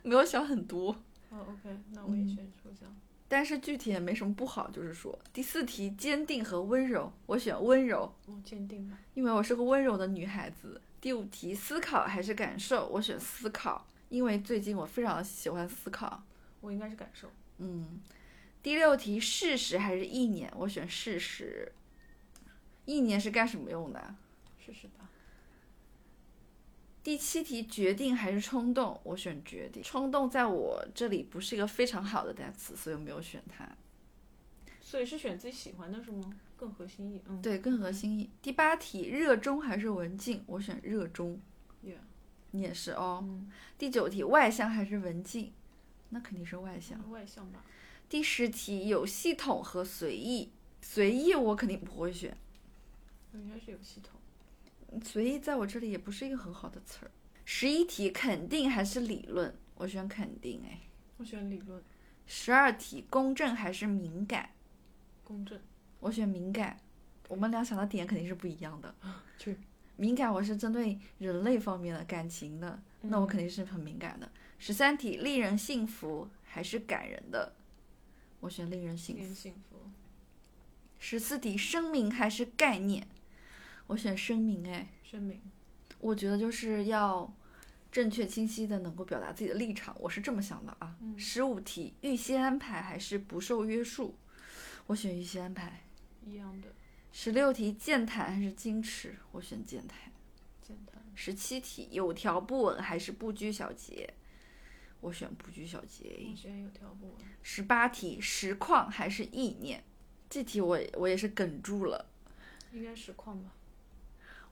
[SPEAKER 1] 没有想很多。
[SPEAKER 2] 哦，OK，那我也选抽象。
[SPEAKER 1] 但是具体也没什么不好，就是说第四题坚定和温柔，我选温柔，
[SPEAKER 2] 我坚定吧。
[SPEAKER 1] 因为我是个温柔的女孩子。第五题思考还是感受，我选思考，因为最近我非常喜欢思考。
[SPEAKER 2] 我应该是感受。
[SPEAKER 1] 嗯，第六题事实还是意念，我选事实。意念是干什么用的？
[SPEAKER 2] 试试吧。
[SPEAKER 1] 第七题决定还是冲动，我选决定。冲动在我这里不是一个非常好的单词，所以我没有选它。
[SPEAKER 2] 所以是选自己喜欢的是吗？更合心意。嗯，
[SPEAKER 1] 对，更合心意。第八题热衷还是文静，我选热衷。
[SPEAKER 2] Yeah
[SPEAKER 1] 你也是哦。
[SPEAKER 2] 嗯，
[SPEAKER 1] 第九题外向还是文静，那肯定是外向。
[SPEAKER 2] 向外向吧。
[SPEAKER 1] 第十题有系统和随意，随意我肯定不会选。
[SPEAKER 2] 我应该是有系统。
[SPEAKER 1] 随意在我这里也不是一个很好的词儿。十一题肯定还是理论，我选肯定哎。
[SPEAKER 2] 我选理论
[SPEAKER 1] 十二题公正还是敏感，
[SPEAKER 2] 公正。
[SPEAKER 1] 我选敏感。我们俩想的点肯定是不一样的。
[SPEAKER 2] 去，
[SPEAKER 1] 敏感我是针对人类方面的感情的，那我肯定是很敏感的。十三题令人幸福还是感人的，我选令人幸
[SPEAKER 2] 令人
[SPEAKER 1] 福。
[SPEAKER 2] 幸福。
[SPEAKER 1] 十四题声明还是概念，我选声明哎。
[SPEAKER 2] 声明。
[SPEAKER 1] 我觉得就是要正确清晰的能够表达自己的立场，我是这么想的啊。
[SPEAKER 2] 嗯
[SPEAKER 1] 十五题预先安排还是不受约束，我选预先安排。
[SPEAKER 2] 一样的
[SPEAKER 1] 十六题健谈还是矜持，我选健谈。
[SPEAKER 2] 简单。
[SPEAKER 1] 十七题有条不紊还是不拘小节，我选不拘小节
[SPEAKER 2] 我。选有条不紊。
[SPEAKER 1] 十八题实况还是意念，这题我我也是哽住了，
[SPEAKER 2] 应该实况吧。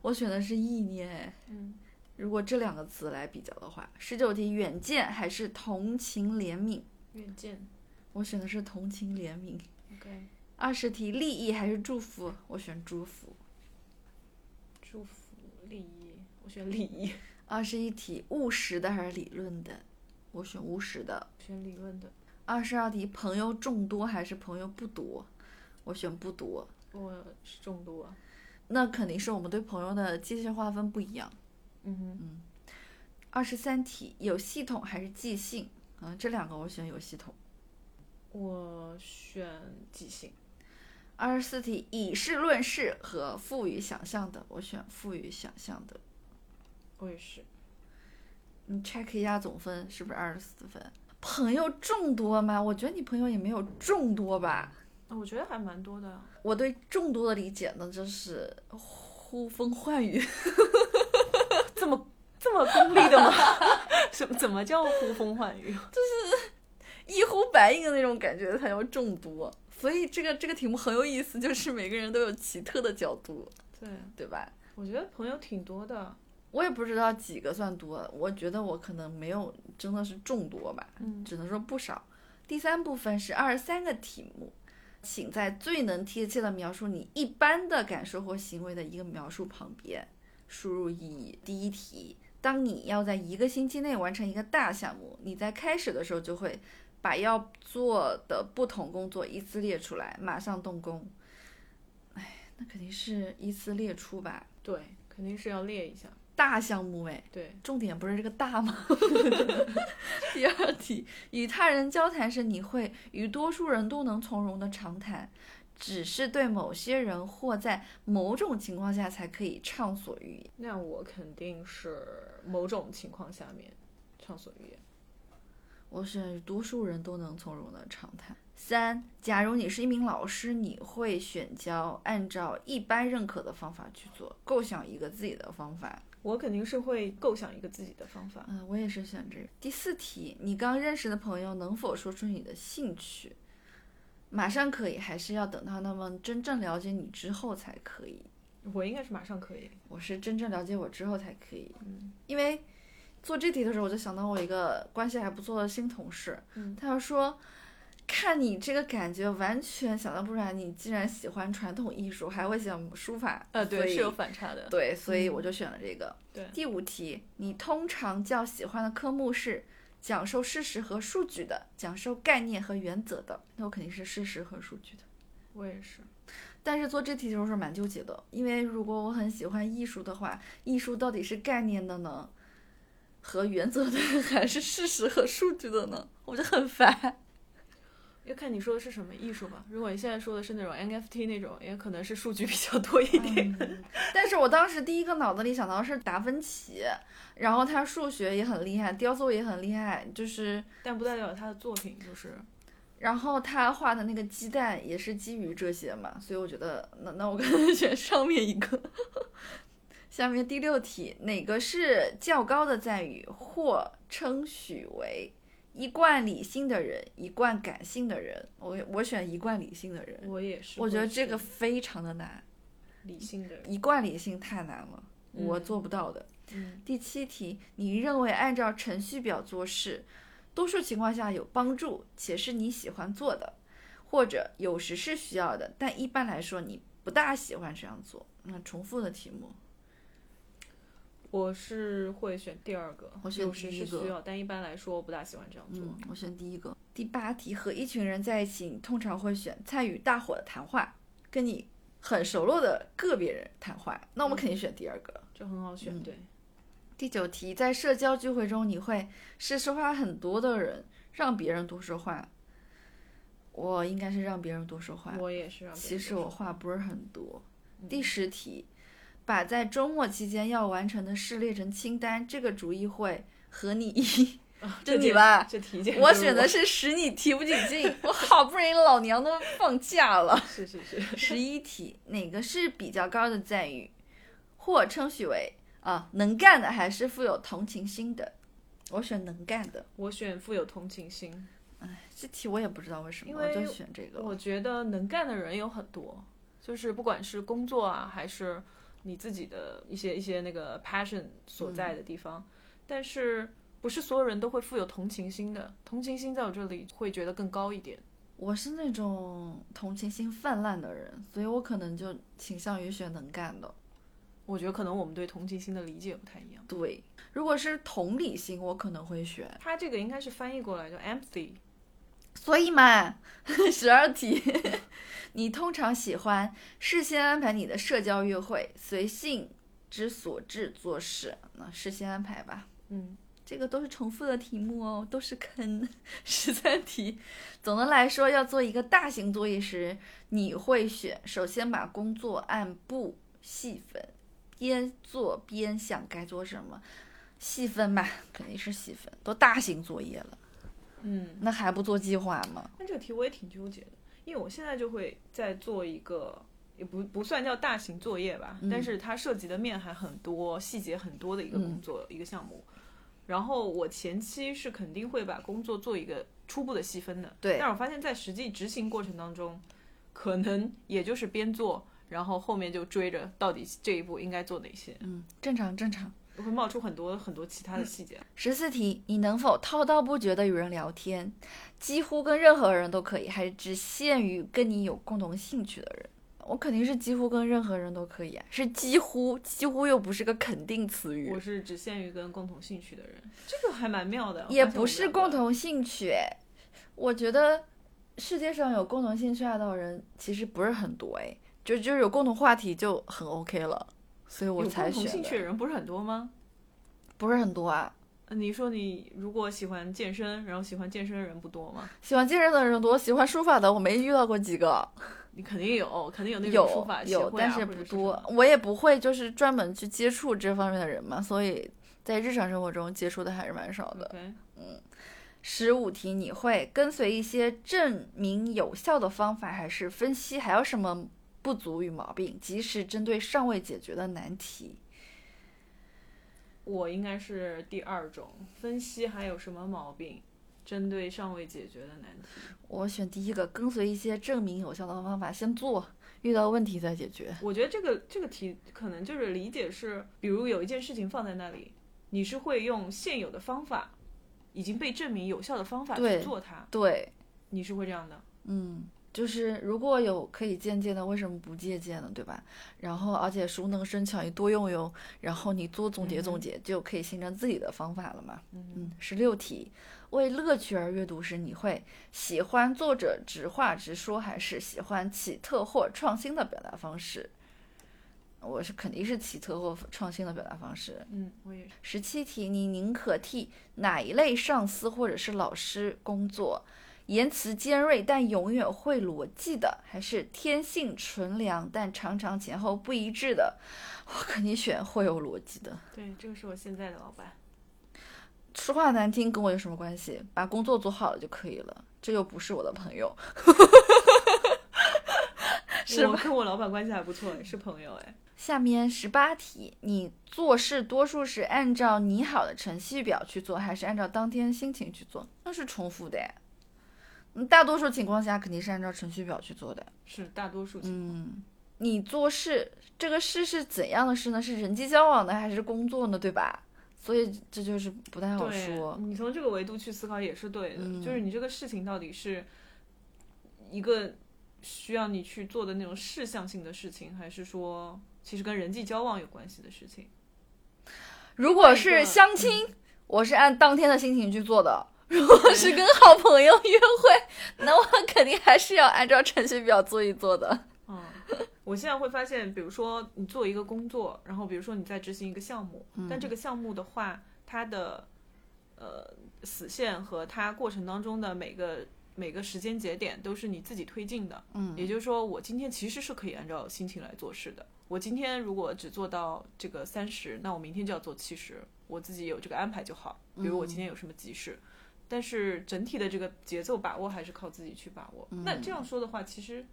[SPEAKER 1] 我选的是意念。
[SPEAKER 2] 嗯，
[SPEAKER 1] 如果这两个词来比较的话，十九题远见还是同情怜悯，
[SPEAKER 2] 远见。
[SPEAKER 1] 我选的是同情怜悯。
[SPEAKER 2] OK，
[SPEAKER 1] 二十题利益还是祝福，我选祝福。
[SPEAKER 2] 祝福利益，我选利益，
[SPEAKER 1] 二十一题务实的还是理论的，我选务实的。
[SPEAKER 2] 选理论的。
[SPEAKER 1] 二十二题朋友众多还是朋友不多，我选不多。
[SPEAKER 2] 我是中毒啊。
[SPEAKER 1] 那肯定是我们对朋友的界限划分不一样。
[SPEAKER 2] 嗯哼，
[SPEAKER 1] 二十三题有系统还是即兴，嗯，这两个我选有系统。
[SPEAKER 2] 我选即兴。
[SPEAKER 1] 二十四题以事论事和赋予想象的，我选赋予想象的。
[SPEAKER 2] 我也是。
[SPEAKER 1] 你 check 一下总分是不是二十四分？朋友众多吗？我觉得你朋友也没有众多吧。
[SPEAKER 2] 啊我觉得还蛮多的啊。
[SPEAKER 1] 我对众多的理解呢，就是呼风唤雨。
[SPEAKER 2] 这么这么功利的吗？ 什么怎么叫呼风唤雨？
[SPEAKER 1] 一呼百应的那种感觉才叫众多。所以这个这个题目很有意思，就是每个人都有奇特的角度，
[SPEAKER 2] 对，
[SPEAKER 1] 对吧？
[SPEAKER 2] 我觉得朋友挺多的。
[SPEAKER 1] 我也不知道几个算多，我觉得我可能没有真的是众多吧，
[SPEAKER 2] 嗯，
[SPEAKER 1] 只能说不少。第三部分是二十三个题目，请在最能贴切的描述你一般的感受或行为的一个描述旁边输入意义。第一题，当你要在一个星期内完成一个大项目，你在开始的时候就会把要做的不同工作依次列出来，马上动工。哎，那肯定是依次列出吧？
[SPEAKER 2] 对，肯定是要列一下。
[SPEAKER 1] 大项目哎，
[SPEAKER 2] 对，
[SPEAKER 1] 重点不是这个大吗？ 第二题，与他人交谈时，你会与多数人都能从容的长谈，只是对某些人或在某种情况下才可以畅所欲言。
[SPEAKER 2] 那我肯定是某种情况下面畅所欲言。
[SPEAKER 1] 我选与多数人都能从容的长谈。三，假如你是一名老师，你会选教按照一般认可的方法去做，构想一个自己的方法。
[SPEAKER 2] 我肯定是会构想一个自己的方法。
[SPEAKER 1] 嗯，我也是选这个。第四题，你刚认识的朋友能否说出你的兴趣？马上可以，还是要等到他们真正了解你之后才可以？
[SPEAKER 2] 我应该是马上可以。
[SPEAKER 1] 我是真正了解我之后才可以，
[SPEAKER 2] 嗯
[SPEAKER 1] 因为做这题的时候，我就想到我一个关系还不错的新同事，
[SPEAKER 2] 嗯
[SPEAKER 1] 他就说。看你这个感觉，完全想象不出来。你既然喜欢传统艺术，还会喜欢书法，
[SPEAKER 2] 呃，
[SPEAKER 1] 所
[SPEAKER 2] 对，
[SPEAKER 1] 以
[SPEAKER 2] 是有嗯反差的。
[SPEAKER 1] 对，所以我就选了这个。
[SPEAKER 2] 对
[SPEAKER 1] 第五题，你通常较喜欢的科目是讲授事实和数据的，讲授概念和原则的。那我肯定是事实和数据的。
[SPEAKER 2] 我也是。
[SPEAKER 1] 但是做这题的时候是蛮纠结的，因为如果我很喜欢艺术的话，艺术到底是概念的呢，和原则的，还是事实和数据的呢？我就很烦。
[SPEAKER 2] 要看你说的是什么艺术吧。如果你现在说的是那种 NFT 那种，也可能是数据比较多一点。
[SPEAKER 1] 嗯但是我当时第一个脑子里想到的是达芬奇，然后他数学也很厉害，雕塑也很厉害，就是
[SPEAKER 2] 但不代表他的作品就是
[SPEAKER 1] 然后他画的那个鸡蛋也是基于这些嘛，所以我觉得那那我可 能选上面一个。下面第六题，哪个是较高的赞誉，或称许为一贯理性的人，一贯感性的人？我我选一贯理性的人，
[SPEAKER 2] 我也是。
[SPEAKER 1] 我觉得这个非常的难，
[SPEAKER 2] 理性的人，
[SPEAKER 1] 一贯理性太难了，
[SPEAKER 2] 嗯
[SPEAKER 1] 我做不到的。
[SPEAKER 2] 嗯，
[SPEAKER 1] 第七题，你认为按照程序表做事，多数情况下有帮助，且是你喜欢做的，或者有时是需要的，但一般来说你不大喜欢这样做。那重复的题目，
[SPEAKER 2] 我是会选第二个，
[SPEAKER 1] 我选
[SPEAKER 2] 有时
[SPEAKER 1] 第一
[SPEAKER 2] 是
[SPEAKER 1] 个
[SPEAKER 2] 需要，但一般来说我不大喜欢这样做。
[SPEAKER 1] 嗯，我选第一个。第八题，和一群人在一起，你通常会选参与大伙的谈话，跟你很熟络的个别人谈话。那我们肯定选第二个。
[SPEAKER 2] 这很好选，
[SPEAKER 1] 嗯
[SPEAKER 2] 对，
[SPEAKER 1] 第九题，在社交聚会中，你会是说话很多的人，让别人多说话。我应该是让别人多说话，
[SPEAKER 2] 我也是嗯让别人
[SPEAKER 1] 其实
[SPEAKER 2] 多
[SPEAKER 1] 我话不是很多。第十题，把在周末期间要完成的事列成清单，这个主意会和你一，
[SPEAKER 2] 说 啊
[SPEAKER 1] 这
[SPEAKER 2] 这
[SPEAKER 1] 你吧。
[SPEAKER 2] 这题简直
[SPEAKER 1] 我
[SPEAKER 2] 就是
[SPEAKER 1] 选的是使你提不起劲，我好不容易老娘都放假了。
[SPEAKER 2] 是是是，
[SPEAKER 1] 十一题，哪个是比较高的赞誉，或称许为啊能干的，还是富有同情心的？我选能干的。
[SPEAKER 2] 我选富有同情心。
[SPEAKER 1] 哎，这题我也不知道为什么，
[SPEAKER 2] 因
[SPEAKER 1] 我
[SPEAKER 2] 为
[SPEAKER 1] 就选这个
[SPEAKER 2] 我
[SPEAKER 1] 了。
[SPEAKER 2] 觉得能干的人有很多，就是不管是工作啊，还是你自己的一些一些那个 passion 所在的地方，但是不是所有人都会富有同情心的。同情心在我这里会觉得更高一点。
[SPEAKER 1] 我是那种同情心泛滥的人，所以我可能就倾向于选能干的。
[SPEAKER 2] 我觉得可能我们对同情心的理解不太一样。
[SPEAKER 1] 对，如果是同理心，我可能会选。
[SPEAKER 2] 它这个应该是翻译过来叫 empathy，
[SPEAKER 1] 所以嘛， 十二题， 你通常喜欢事先安排你的社交约会，随性之所至做事。那事先安排吧，
[SPEAKER 2] 嗯，
[SPEAKER 1] 这个都是重复的题目哦，都是坑。十三题，总的来说，要做一个大型作业时，你会选首先把工作按部细分，边做边想该做什么，细分嘛，肯定是细分，都大型作业了，
[SPEAKER 2] 嗯，
[SPEAKER 1] 那还不做计划吗？
[SPEAKER 2] 但这个题我也挺纠结的，因为我现在就会在做一个，也不不算叫大型作业吧，
[SPEAKER 1] 嗯
[SPEAKER 2] 但是它涉及的面还很多，细节很多的一个工作、一个项目。然后我前期是肯定会把工作做一个初步的细分的，
[SPEAKER 1] 对
[SPEAKER 2] 但是我发现，在实际执行过程当中，可能也就是边做，然后后面就追着到底这一步应该做哪些，
[SPEAKER 1] 嗯，正常正常。
[SPEAKER 2] 会冒出很多很多其他的细节。
[SPEAKER 1] 十四题，你能否滔滔不绝地与人聊天，几乎跟任何人都可以，还是只限于跟你有共同兴趣的人？我肯定是几乎跟任何人都可以啊，是几乎，几乎又不是个肯定词语
[SPEAKER 2] 我，是只限于跟共同兴趣的人，这个还蛮妙的。
[SPEAKER 1] 也
[SPEAKER 2] 我发现我
[SPEAKER 1] 不是
[SPEAKER 2] 们两
[SPEAKER 1] 共
[SPEAKER 2] 个
[SPEAKER 1] 同兴趣。我觉得世界上有共同兴趣爱好的人其实不是很多哎，就就是有共同话题就很 OK 了，所以我
[SPEAKER 2] 有
[SPEAKER 1] 才
[SPEAKER 2] 共
[SPEAKER 1] 选
[SPEAKER 2] 同
[SPEAKER 1] 的
[SPEAKER 2] 兴趣的人不是很多吗？
[SPEAKER 1] 不是很多啊。
[SPEAKER 2] 呃你说你如果喜欢健身，然后喜欢健身的人不多吗？
[SPEAKER 1] 喜欢健身的人多，喜欢书法的我没遇到过几个，
[SPEAKER 2] 你肯定有，肯定有那种书
[SPEAKER 1] 有
[SPEAKER 2] 法协
[SPEAKER 1] 有，
[SPEAKER 2] 会啊，
[SPEAKER 1] 但是
[SPEAKER 2] 或者
[SPEAKER 1] 不
[SPEAKER 2] 是什
[SPEAKER 1] 多
[SPEAKER 2] 么。
[SPEAKER 1] 我也不会就是专门去接触这方面的人嘛，所以在日常生活中接触的还是蛮少的。
[SPEAKER 2] OK，
[SPEAKER 1] 十五题你会跟随一些证明有效的方法，还是分析还有什么不足与毛病，及时针对尚未解决的难题？
[SPEAKER 2] 我应该是第二种分析，还有什么毛病？针对尚未解决的难题，
[SPEAKER 1] 我选第一个，跟随一些证明有效的方法先做，遇到问题再解决。
[SPEAKER 2] 我觉得这个这个题可能就是理解是，比如有一件事情放在那里，你是会用现有的方法，已经被证明有效的方法去
[SPEAKER 1] 对
[SPEAKER 2] 做它，
[SPEAKER 1] 对，
[SPEAKER 2] 你是会这样的。
[SPEAKER 1] 嗯，就是如果有可以借鉴的，为什么不借鉴呢？对吧？然后而且熟能生巧，你多用用，然后你多总结
[SPEAKER 2] 嗯
[SPEAKER 1] 总
[SPEAKER 2] 哼
[SPEAKER 1] 结，就可以形成自己的方法了嘛。
[SPEAKER 2] 嗯
[SPEAKER 1] 嗯，十六题，为乐趣而阅读时，你会喜欢作者直话直说，还是喜欢奇特或创新的表达方式？我是肯定是奇特或创新的表达方式。
[SPEAKER 2] 嗯，我也是。
[SPEAKER 1] 十七题，你宁可替哪一类上司或者是老师工作？言辞尖锐但永远会逻辑的，还是天性纯良但常常前后不一致的？我肯定选会有逻辑的。
[SPEAKER 2] 对，这个是我现在的老板。
[SPEAKER 1] 说话难听跟我有什么关系？把工作做好了就可以了，这又不是我的朋友。是
[SPEAKER 2] 我跟我老板关系还不错，哎是朋友哎。
[SPEAKER 1] 下面十八题，你做事多数是按照拟好的程序表去做，还是按照当天心情去做？那是重复的哎。嗯大多数情况下肯定是按照程序表去做的。
[SPEAKER 2] 是大多数情况。
[SPEAKER 1] 嗯，你做事这个事是怎样的事呢？是人际交往呢，还是工作呢？对吧？所以这就是不太嗯好
[SPEAKER 2] 对，
[SPEAKER 1] 说。
[SPEAKER 2] 你从这个维度去思考也是对的，
[SPEAKER 1] 嗯
[SPEAKER 2] 就是你这个事情到底是一个需要你去做的那种事项性的事情，还是说其实跟人际交往有关系的事情？
[SPEAKER 1] 如果
[SPEAKER 2] 换一
[SPEAKER 1] 是
[SPEAKER 2] 个嗯
[SPEAKER 1] 相亲，我是按当天的心情去做的；如果是跟好朋友约会，那我肯定还是要按照程序表做一做的。
[SPEAKER 2] 嗯，我现在会发现，比如说你做一个工作，然后比如说你在执行一个项目，但这个项目的话，它的呃死线和它过程当中的每个每个时间节点都是你自己推进的。
[SPEAKER 1] 嗯，
[SPEAKER 2] 也就是说，我今天其实是可以按照心情来做事的。我今天如果只做到这个三十，那我明天就要做七十，我自己有这个安排就好。比如我今天有什么急事，但是整体的这个节奏把握还是靠自己去把握。那这样说的话，其实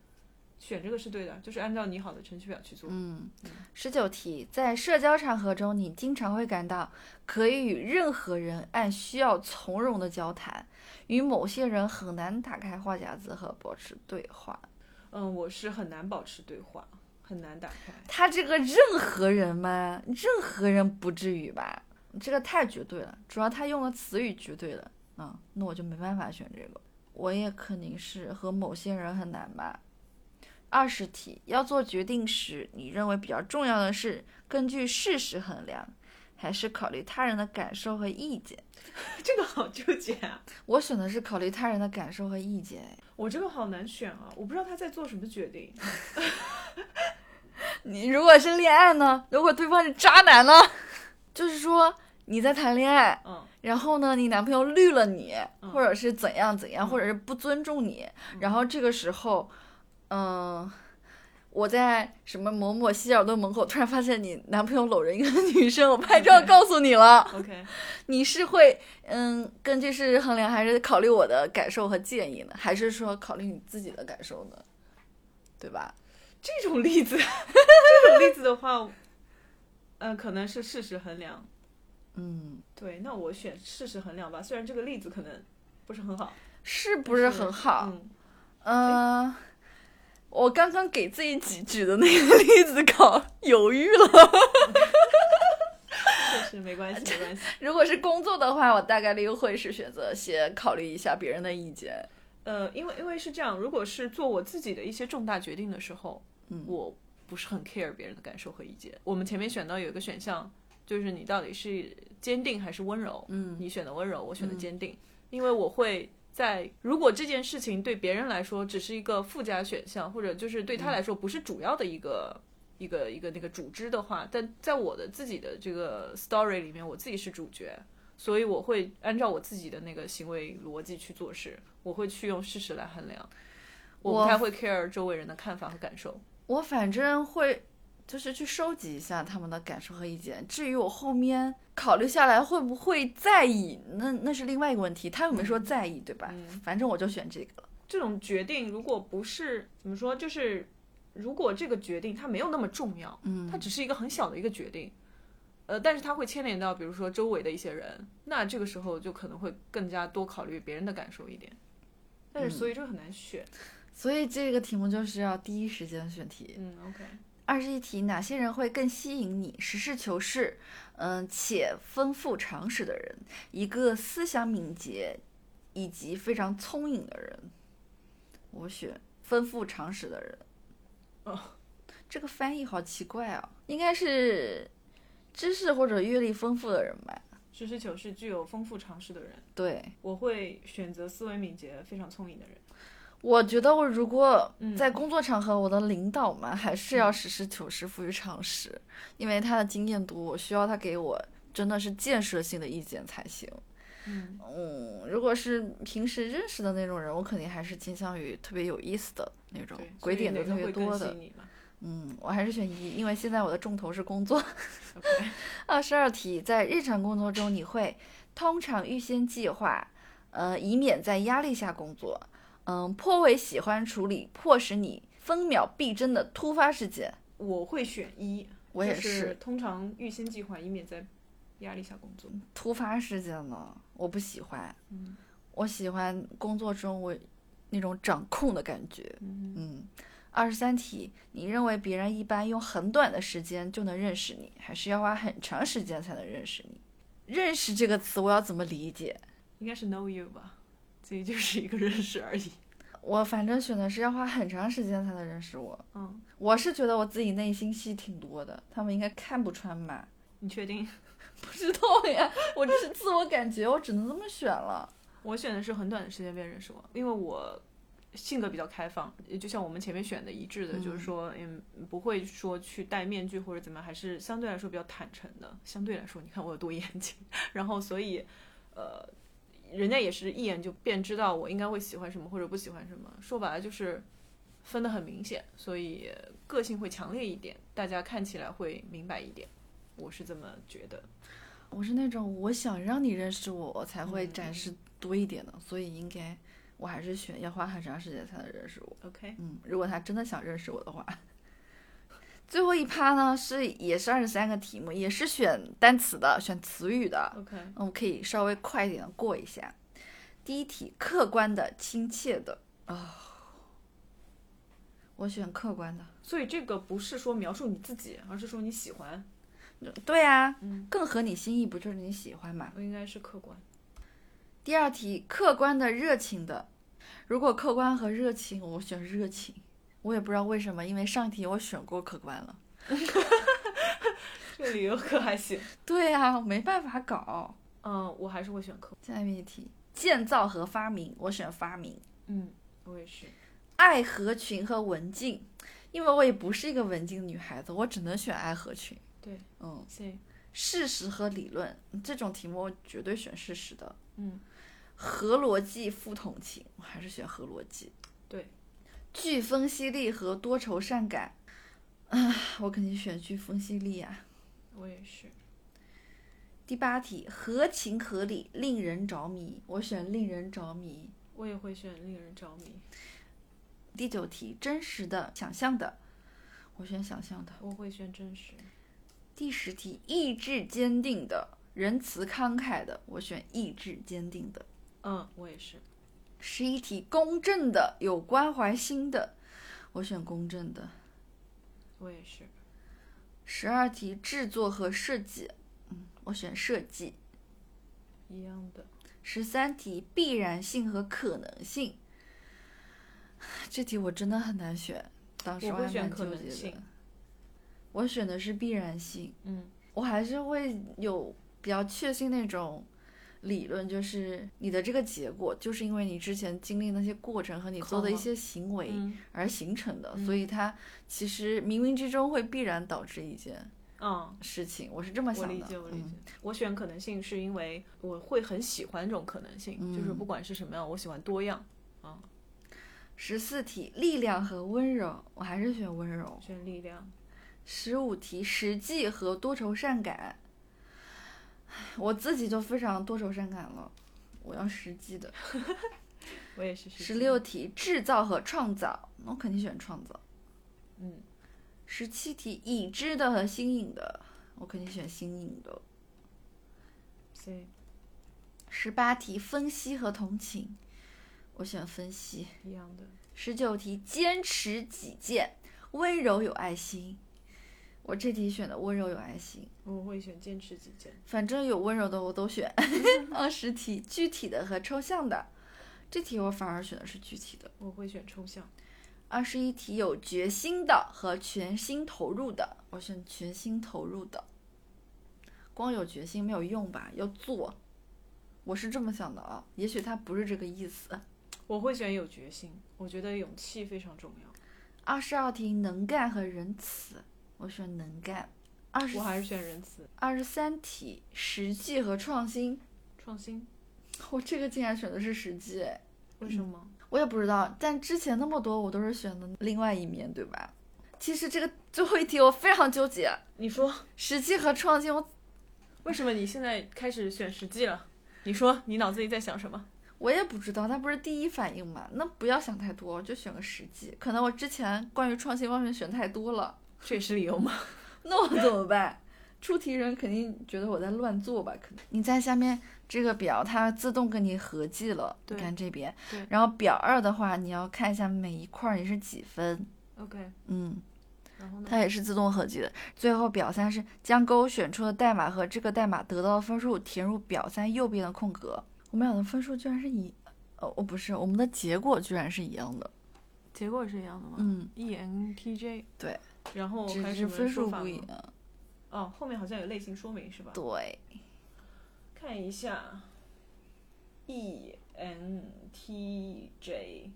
[SPEAKER 2] 选这个是对的，就是按照你好的程序表去做。
[SPEAKER 1] 嗯，十九题，在社交场合中，你经常会感到可以与任何人按需要从容的交谈，与某些人很难打开话匣子和保持对话。
[SPEAKER 2] 嗯，我是很难保持对话，很难打开。
[SPEAKER 1] 他这个任何人吗？任何人不至于吧？这个太绝对了，主要他用的词语绝对了啊、那我就没办法选这个，我也肯定是和某些人很难吧。二十题，要做决定时，你认为比较重要的是根据事实衡量，还是考虑他人的感受和意见？
[SPEAKER 2] 这个好纠结啊！
[SPEAKER 1] 我选的是考虑他人的感受和意见。
[SPEAKER 2] 我这个好难选啊！我不知道他在做什么决定。
[SPEAKER 1] 你如果是恋爱呢？如果对方是渣男呢？ 就是说你在谈恋爱，
[SPEAKER 2] 嗯，
[SPEAKER 1] 然后呢，你男朋友绿了你，
[SPEAKER 2] 嗯
[SPEAKER 1] 或者是怎样怎样，
[SPEAKER 2] 嗯
[SPEAKER 1] 或者是不尊重你，
[SPEAKER 2] 嗯
[SPEAKER 1] 然后这个时候，嗯、我在什么某某希尔顿门口突然发现你男朋友搂着一个女生，我拍
[SPEAKER 2] 嗯
[SPEAKER 1] 照告诉你了，
[SPEAKER 2] OK，
[SPEAKER 1] 你是会嗯根据事实衡量，还是考虑我的感受和建议呢？还是说考虑你自己的感受呢？对吧？
[SPEAKER 2] 这种例子， 这种例子的话，呃，可能是事实衡量。
[SPEAKER 1] 嗯，
[SPEAKER 2] 对，那我选事实衡量吧。虽然这个例子可能不是很好，
[SPEAKER 1] 是不是很好？
[SPEAKER 2] 嗯，
[SPEAKER 1] 嗯、我刚刚给自己举举的那个例子搞犹豫了。
[SPEAKER 2] 确实没 关系，没关系。
[SPEAKER 1] 如果是工作的话，我大概率会是选择先考虑一下别人的意见。
[SPEAKER 2] 呃，因为因为是这样，如果是做我自己的一些重大决定的时候，
[SPEAKER 1] 嗯
[SPEAKER 2] 我不是很 care 别人的感受和意见。我们前面选到有一个选项，就是你到底是坚定还是温柔？
[SPEAKER 1] 嗯，
[SPEAKER 2] 你选的温柔，我选的坚定，因为我会在如果这件事情对别人来说只是一个附加选项，或者就是对
[SPEAKER 1] 嗯
[SPEAKER 2] 他来说不是主要的一个、一个一个那个主枝的话，但在我的自己的这个 story 里面，我自己是主角，所以我会按照我自己的那个行为逻辑去做事，我会去用事实来衡量，我
[SPEAKER 1] 我
[SPEAKER 2] 不太会 care 周围人的看法和感受。
[SPEAKER 1] 我反正会就是去收集一下他们的感受和意见。至于我后面考虑下来会不会在意，那那是另外一个问题。他有没有说在意，对吧？反正我就选这个了。
[SPEAKER 2] 这种决定如果不是怎么说，就是如果这个决定它没有那么重要，
[SPEAKER 1] 嗯，
[SPEAKER 2] 它只是一个很小的一个决定，呃，但是它会牵连到比如说周围的一些人，那这个时候就可能会更加多考虑别人的感受一点。但是所
[SPEAKER 1] 嗯
[SPEAKER 2] 以这个很难选。
[SPEAKER 1] 所以这个题目就是要第一时间选题。
[SPEAKER 2] 嗯，OK，
[SPEAKER 1] 二十一题，哪些人会更吸引你？实事求是，嗯，且丰富常识的人，一个思想敏捷以及非常聪颖的人。我选丰富常识的人。
[SPEAKER 2] 哦，
[SPEAKER 1] 这个翻译好奇怪啊，应该是知识或者阅历丰富的人吧？
[SPEAKER 2] 实事求是、具有丰富常识的人，
[SPEAKER 1] 对，
[SPEAKER 2] 我会选择思维敏捷、非常聪颖的人。
[SPEAKER 1] 我觉得我如果
[SPEAKER 2] 嗯
[SPEAKER 1] 在工作场合，我的领导们还是要实事求是、富于常识，因为他的经验多，我需要他给我真的是建设性的意见才行。
[SPEAKER 2] 嗯
[SPEAKER 1] 嗯，如果是平时认识的那种人，我肯定还是倾向于特别有意思的那种
[SPEAKER 2] 对，，所
[SPEAKER 1] 鬼
[SPEAKER 2] 以
[SPEAKER 1] 点子
[SPEAKER 2] 哪
[SPEAKER 1] 特
[SPEAKER 2] 个
[SPEAKER 1] 别
[SPEAKER 2] 会更
[SPEAKER 1] 多
[SPEAKER 2] 吸
[SPEAKER 1] 的
[SPEAKER 2] 引。你嘛
[SPEAKER 1] 嗯，我还是选一，因为现在我的重头是工作。
[SPEAKER 2] ？OK，
[SPEAKER 1] 二十二题，在日常工作中，你会通常预先计划，呃，以免在压力下工作。嗯，颇为喜欢处理迫使你分秒必争的突发事件。
[SPEAKER 2] 我会选一，
[SPEAKER 1] 我也
[SPEAKER 2] 就是是通常预先计划，以免在压力下工作。
[SPEAKER 1] 突发事件呢，我不喜欢。
[SPEAKER 2] 嗯
[SPEAKER 1] 我喜欢工作中我那种掌控的感觉。
[SPEAKER 2] 嗯，
[SPEAKER 1] 嗯，二十三题，你认为别人一般用很短的时间就能认识你，还是要花很长时间才能认识你？认识这个词我要怎么理解？
[SPEAKER 2] 应该是 know you 吧，自己就是一个认识而已。
[SPEAKER 1] 我反正选的是要花很长时间才能认识我。
[SPEAKER 2] 嗯，
[SPEAKER 1] 我是觉得我自己内心戏挺多的，他们应该看不穿吧？
[SPEAKER 2] 你确定？
[SPEAKER 1] 不知道呀，我这是自我感觉，我只能这么选了。
[SPEAKER 2] 我选的是很短的时间被认识我，因为我性格比较开放，也就像我们前面选的一致的，
[SPEAKER 1] 嗯
[SPEAKER 2] 就是说，嗯，不会说去戴面具或者怎么样，还是相对来说比较坦诚的。相对来说，你看我有多严谨， 然后所以，呃，人家也是一眼就便知道我应该会喜欢什么或者不喜欢什么。说白了就是分得很明显，所以个性会强烈一点，大家看起来会明白一点。我是这么觉得。
[SPEAKER 1] 我是那种我想让你认识我，我才会
[SPEAKER 2] 嗯
[SPEAKER 1] 展示多一点的，所以应该我还是选要花很长时间才能认识我。
[SPEAKER 2] OK，
[SPEAKER 1] 嗯，如果他真的想认识我的话，最后一趴呢是也是二十三个题目，也是选单词的，选词语的。嗯
[SPEAKER 2] OK，
[SPEAKER 1] 我们可以稍微快一点的过一下。第一题，客观的、亲切的啊、我选客观的。
[SPEAKER 2] 所以这个不是说描述你自己，而是说你喜欢，
[SPEAKER 1] 对啊，
[SPEAKER 2] 嗯，
[SPEAKER 1] 更合你心意不就是你喜欢嘛？
[SPEAKER 2] 应该是客观。
[SPEAKER 1] 第二题，客观的、热情的。如果客观和热情，我选热情。我也不知道为什么，因为上一题我选过客观了。
[SPEAKER 2] 这个理由可还行。
[SPEAKER 1] 对啊，我没办法搞。
[SPEAKER 2] 嗯，我还是会选客。
[SPEAKER 1] 下面一题，建造和发明，我选发明。
[SPEAKER 2] 嗯，我也是。
[SPEAKER 1] 爱合群和文静，因为我也不是一个文静的女孩子，我只能选爱合群。
[SPEAKER 2] 对，
[SPEAKER 1] 嗯，
[SPEAKER 2] 行。
[SPEAKER 1] 事实和理论这种题目，我绝对选事实的。
[SPEAKER 2] 嗯，
[SPEAKER 1] 合逻辑负同情，我还是选合逻辑。
[SPEAKER 2] 对，
[SPEAKER 1] 飓风犀利和多愁善感，啊，我肯定选飓风犀利啊。
[SPEAKER 2] 我也是。
[SPEAKER 1] 第八题，合情合理，令人着迷，我选令人着迷。
[SPEAKER 2] 我也会选令人着迷。
[SPEAKER 1] 第九题，真实的、想象的，我选想象的。
[SPEAKER 2] 我会选真实。
[SPEAKER 1] 第十题，意志坚定的，仁慈慷慨的，我选意志坚定的。
[SPEAKER 2] 嗯，我也是。
[SPEAKER 1] 十一题，公正的，有关怀心的，我选公正的。
[SPEAKER 2] 我也是。
[SPEAKER 1] 十二题，制作和设计，嗯，我选设计。
[SPEAKER 2] 一样的。
[SPEAKER 1] 十三题，必然性和可能性，这题我真的很难选。当时
[SPEAKER 2] 我
[SPEAKER 1] 我
[SPEAKER 2] 会
[SPEAKER 1] 还
[SPEAKER 2] 选
[SPEAKER 1] 蛮
[SPEAKER 2] 可
[SPEAKER 1] 纠
[SPEAKER 2] 能
[SPEAKER 1] 结的
[SPEAKER 2] 性。，
[SPEAKER 1] 我选的是必然性，
[SPEAKER 2] 嗯，
[SPEAKER 1] 我还是会有比较确信那种理论，就是你的这个结果就是因为你之前经历那些过程和你做的一些行为
[SPEAKER 2] 嗯
[SPEAKER 1] 而形成的，
[SPEAKER 2] 嗯
[SPEAKER 1] 所以它其实冥冥之中会必然导致一件
[SPEAKER 2] 嗯，
[SPEAKER 1] 事情，我是这么
[SPEAKER 2] 我
[SPEAKER 1] 想的。
[SPEAKER 2] 理解，我理解
[SPEAKER 1] 嗯。
[SPEAKER 2] 我选可能性是因为我会很喜欢这种可能性，就是
[SPEAKER 1] 嗯
[SPEAKER 2] 不管是什么样，我喜欢多样。嗯，
[SPEAKER 1] 十四题力量和温柔，我还是选温柔。
[SPEAKER 2] 选力量。
[SPEAKER 1] 十五题实际和多愁善感，唉我自己就非常多愁善感了，我要实际的。
[SPEAKER 2] 我也是实际
[SPEAKER 1] 十六，题制造和创造，那我肯定选创造。
[SPEAKER 2] 嗯，
[SPEAKER 1] 十七题已知的和新颖的，我肯定选新颖的。
[SPEAKER 2] 所以
[SPEAKER 1] 十八题分析和同情，我选分析。
[SPEAKER 2] 一样的。
[SPEAKER 1] 十九题坚持己见，温柔有爱心，我这题选的温柔有爱心。
[SPEAKER 2] 我会选坚持己见。
[SPEAKER 1] 反正有温柔的我都选。 二十题具体的和抽象的，这题我反而选的是具体的。
[SPEAKER 2] 我会选抽象。
[SPEAKER 1] 二十一题有决心的和全心投入的，我选全心投入的。光有决心没有用吧，要做。我是这么想的啊，也许他不是这个意思。
[SPEAKER 2] 我会选有决心。我觉得勇气非常重要。
[SPEAKER 1] 二十二题能干和仁慈，我选能干。二十
[SPEAKER 2] 我还是选仁慈、
[SPEAKER 1] 二十三题实际和创新，
[SPEAKER 2] 创新。
[SPEAKER 1] 我这个竟然选的是实际哎。
[SPEAKER 2] 为什么？
[SPEAKER 1] 我也不知道，但之前那么多我都是选的另外一面对吧？其实这个最后一题我非常纠结，
[SPEAKER 2] 嗯你说
[SPEAKER 1] 实际和创新我，我
[SPEAKER 2] 为什么你现在开始选实际了？你说你脑子里在想什么？
[SPEAKER 1] 也不知道，那不是第一反应嘛？那不要想太多，就选个实际。可能我之前关于创新方面选太多了，
[SPEAKER 2] 这也是理由吗？
[SPEAKER 1] 那我怎么办？出题人肯定觉得我在乱做吧？可能你在下面这个表，它自动跟你合计了。你
[SPEAKER 2] 对
[SPEAKER 1] 看这边
[SPEAKER 2] 对，
[SPEAKER 1] 然后表二的话，你要看一下每一块儿你是几分，
[SPEAKER 2] OK，
[SPEAKER 1] 嗯。
[SPEAKER 2] 然后呢？
[SPEAKER 1] 它也是自动合计的。最后表三是将勾选出的代码和这个代码得到的分数填入表三右边的空格。我们俩的分数居然是一，呃，哦，不是，我们的结果居然是一样的。
[SPEAKER 2] 结果是一样的吗
[SPEAKER 1] 嗯，
[SPEAKER 2] ？ENTJ。
[SPEAKER 1] 对。
[SPEAKER 2] 然后
[SPEAKER 1] 只
[SPEAKER 2] 还
[SPEAKER 1] 是
[SPEAKER 2] 有什么
[SPEAKER 1] 分
[SPEAKER 2] 说
[SPEAKER 1] 数
[SPEAKER 2] 法
[SPEAKER 1] 不一
[SPEAKER 2] 吗。
[SPEAKER 1] 样。
[SPEAKER 2] 哦，后面好像有类型说明是吧？
[SPEAKER 1] 对，
[SPEAKER 2] 看一下，E N T J，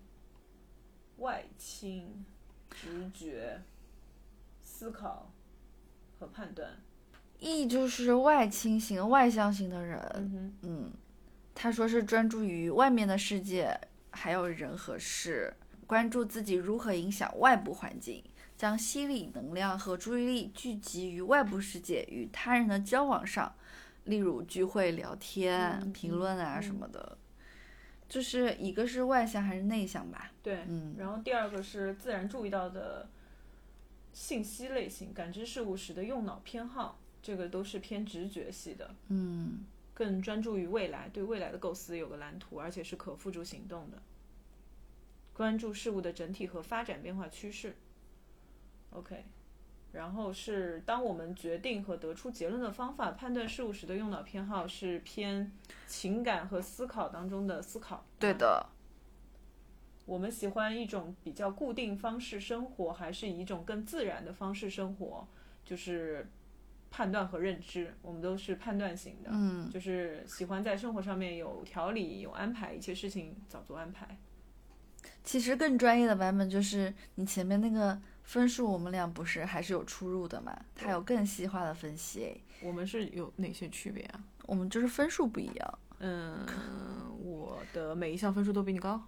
[SPEAKER 2] 外倾、直觉、思考和判断。
[SPEAKER 1] E 就是外倾型、外向型的人。
[SPEAKER 2] 嗯哼，
[SPEAKER 1] 嗯，他说是专注于外面的世界，还有人和事，关注自己如何影响外部环境，将心理能量和注意力聚集于外部世界与他人的交往上，例如聚会、聊天、
[SPEAKER 2] 嗯
[SPEAKER 1] 评论啊
[SPEAKER 2] 嗯
[SPEAKER 1] 什么的。就是一个是外向还是内向吧，
[SPEAKER 2] 对。
[SPEAKER 1] 嗯，
[SPEAKER 2] 然后第二个是自然注意到的信息类型，感知事物时的用脑偏好，这个都是偏直觉系的，
[SPEAKER 1] 嗯，
[SPEAKER 2] 更专注于未来，对未来的构思有个蓝图，而且是可付诸行动的，关注事物的整体和发展变化趋势。OK，然后是当我们决定和得出结论的方法，判断事物时的用脑偏好是偏情感和思考当中的思考。
[SPEAKER 1] 对的，
[SPEAKER 2] 我们喜欢一种比较固定方式生活，还是以一种更自然的方式生活？就是判断和认知，我们都是判断型的，
[SPEAKER 1] 嗯，
[SPEAKER 2] 就是喜欢在生活上面有条理、有安排，一切事情早做安排。
[SPEAKER 1] 其实更专业的版本就是你前面那个分数，我们俩不是还是有出入的嘛，它有更细化的分析诶。
[SPEAKER 2] 我们是有哪些区别啊？
[SPEAKER 1] 我们就是分数不一样。
[SPEAKER 2] 嗯，我的每一项分数都比你高。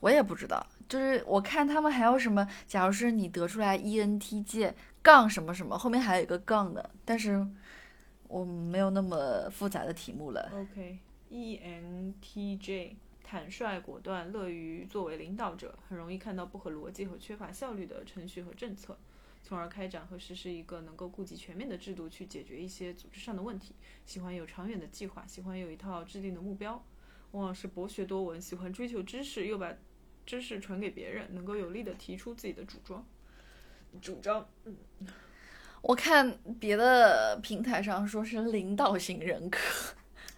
[SPEAKER 1] 我也不知道，就是我看他们还有什么，假如是你得出来 E ENTJ 杠什么什么，后面还有一个杠的，但是我没有那么复杂的题目了。
[SPEAKER 2] E OK，ENTJ，坦率、果断，乐于作为领导者，很容易看到不合逻辑和缺乏效率的程序和政策，从而开展和实施一个能够顾及全面的制度去解决一些组织上的问题。喜欢有长远的计划，喜欢有一套制定的目标，往往是博学多闻，喜欢追求知识，又把知识传给别人，能够有力的提出自己的主张。主张，
[SPEAKER 1] 我看别的平台上说是领导型人格，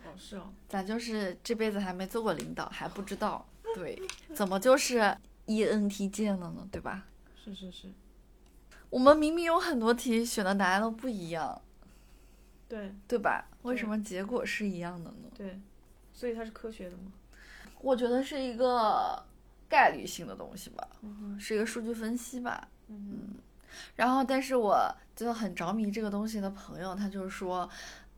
[SPEAKER 2] 哦，是哦，
[SPEAKER 1] 咱就是这辈子还没做 E 过领导，还不知道，对，怎么就是 ENTJ 了呢？对吧？
[SPEAKER 2] 是是是，
[SPEAKER 1] 我们明明有很多题选的答案都不一样，
[SPEAKER 2] 对
[SPEAKER 1] 对吧？
[SPEAKER 2] 对
[SPEAKER 1] 为什么结果是一样的呢？
[SPEAKER 2] 对，所以它是科学的吗？
[SPEAKER 1] 我觉得是一个概率性的东西吧，
[SPEAKER 2] 嗯哼
[SPEAKER 1] 是一个数据分析吧。
[SPEAKER 2] 嗯
[SPEAKER 1] 然后，但是我就很着迷这个东西的朋友，他就是说，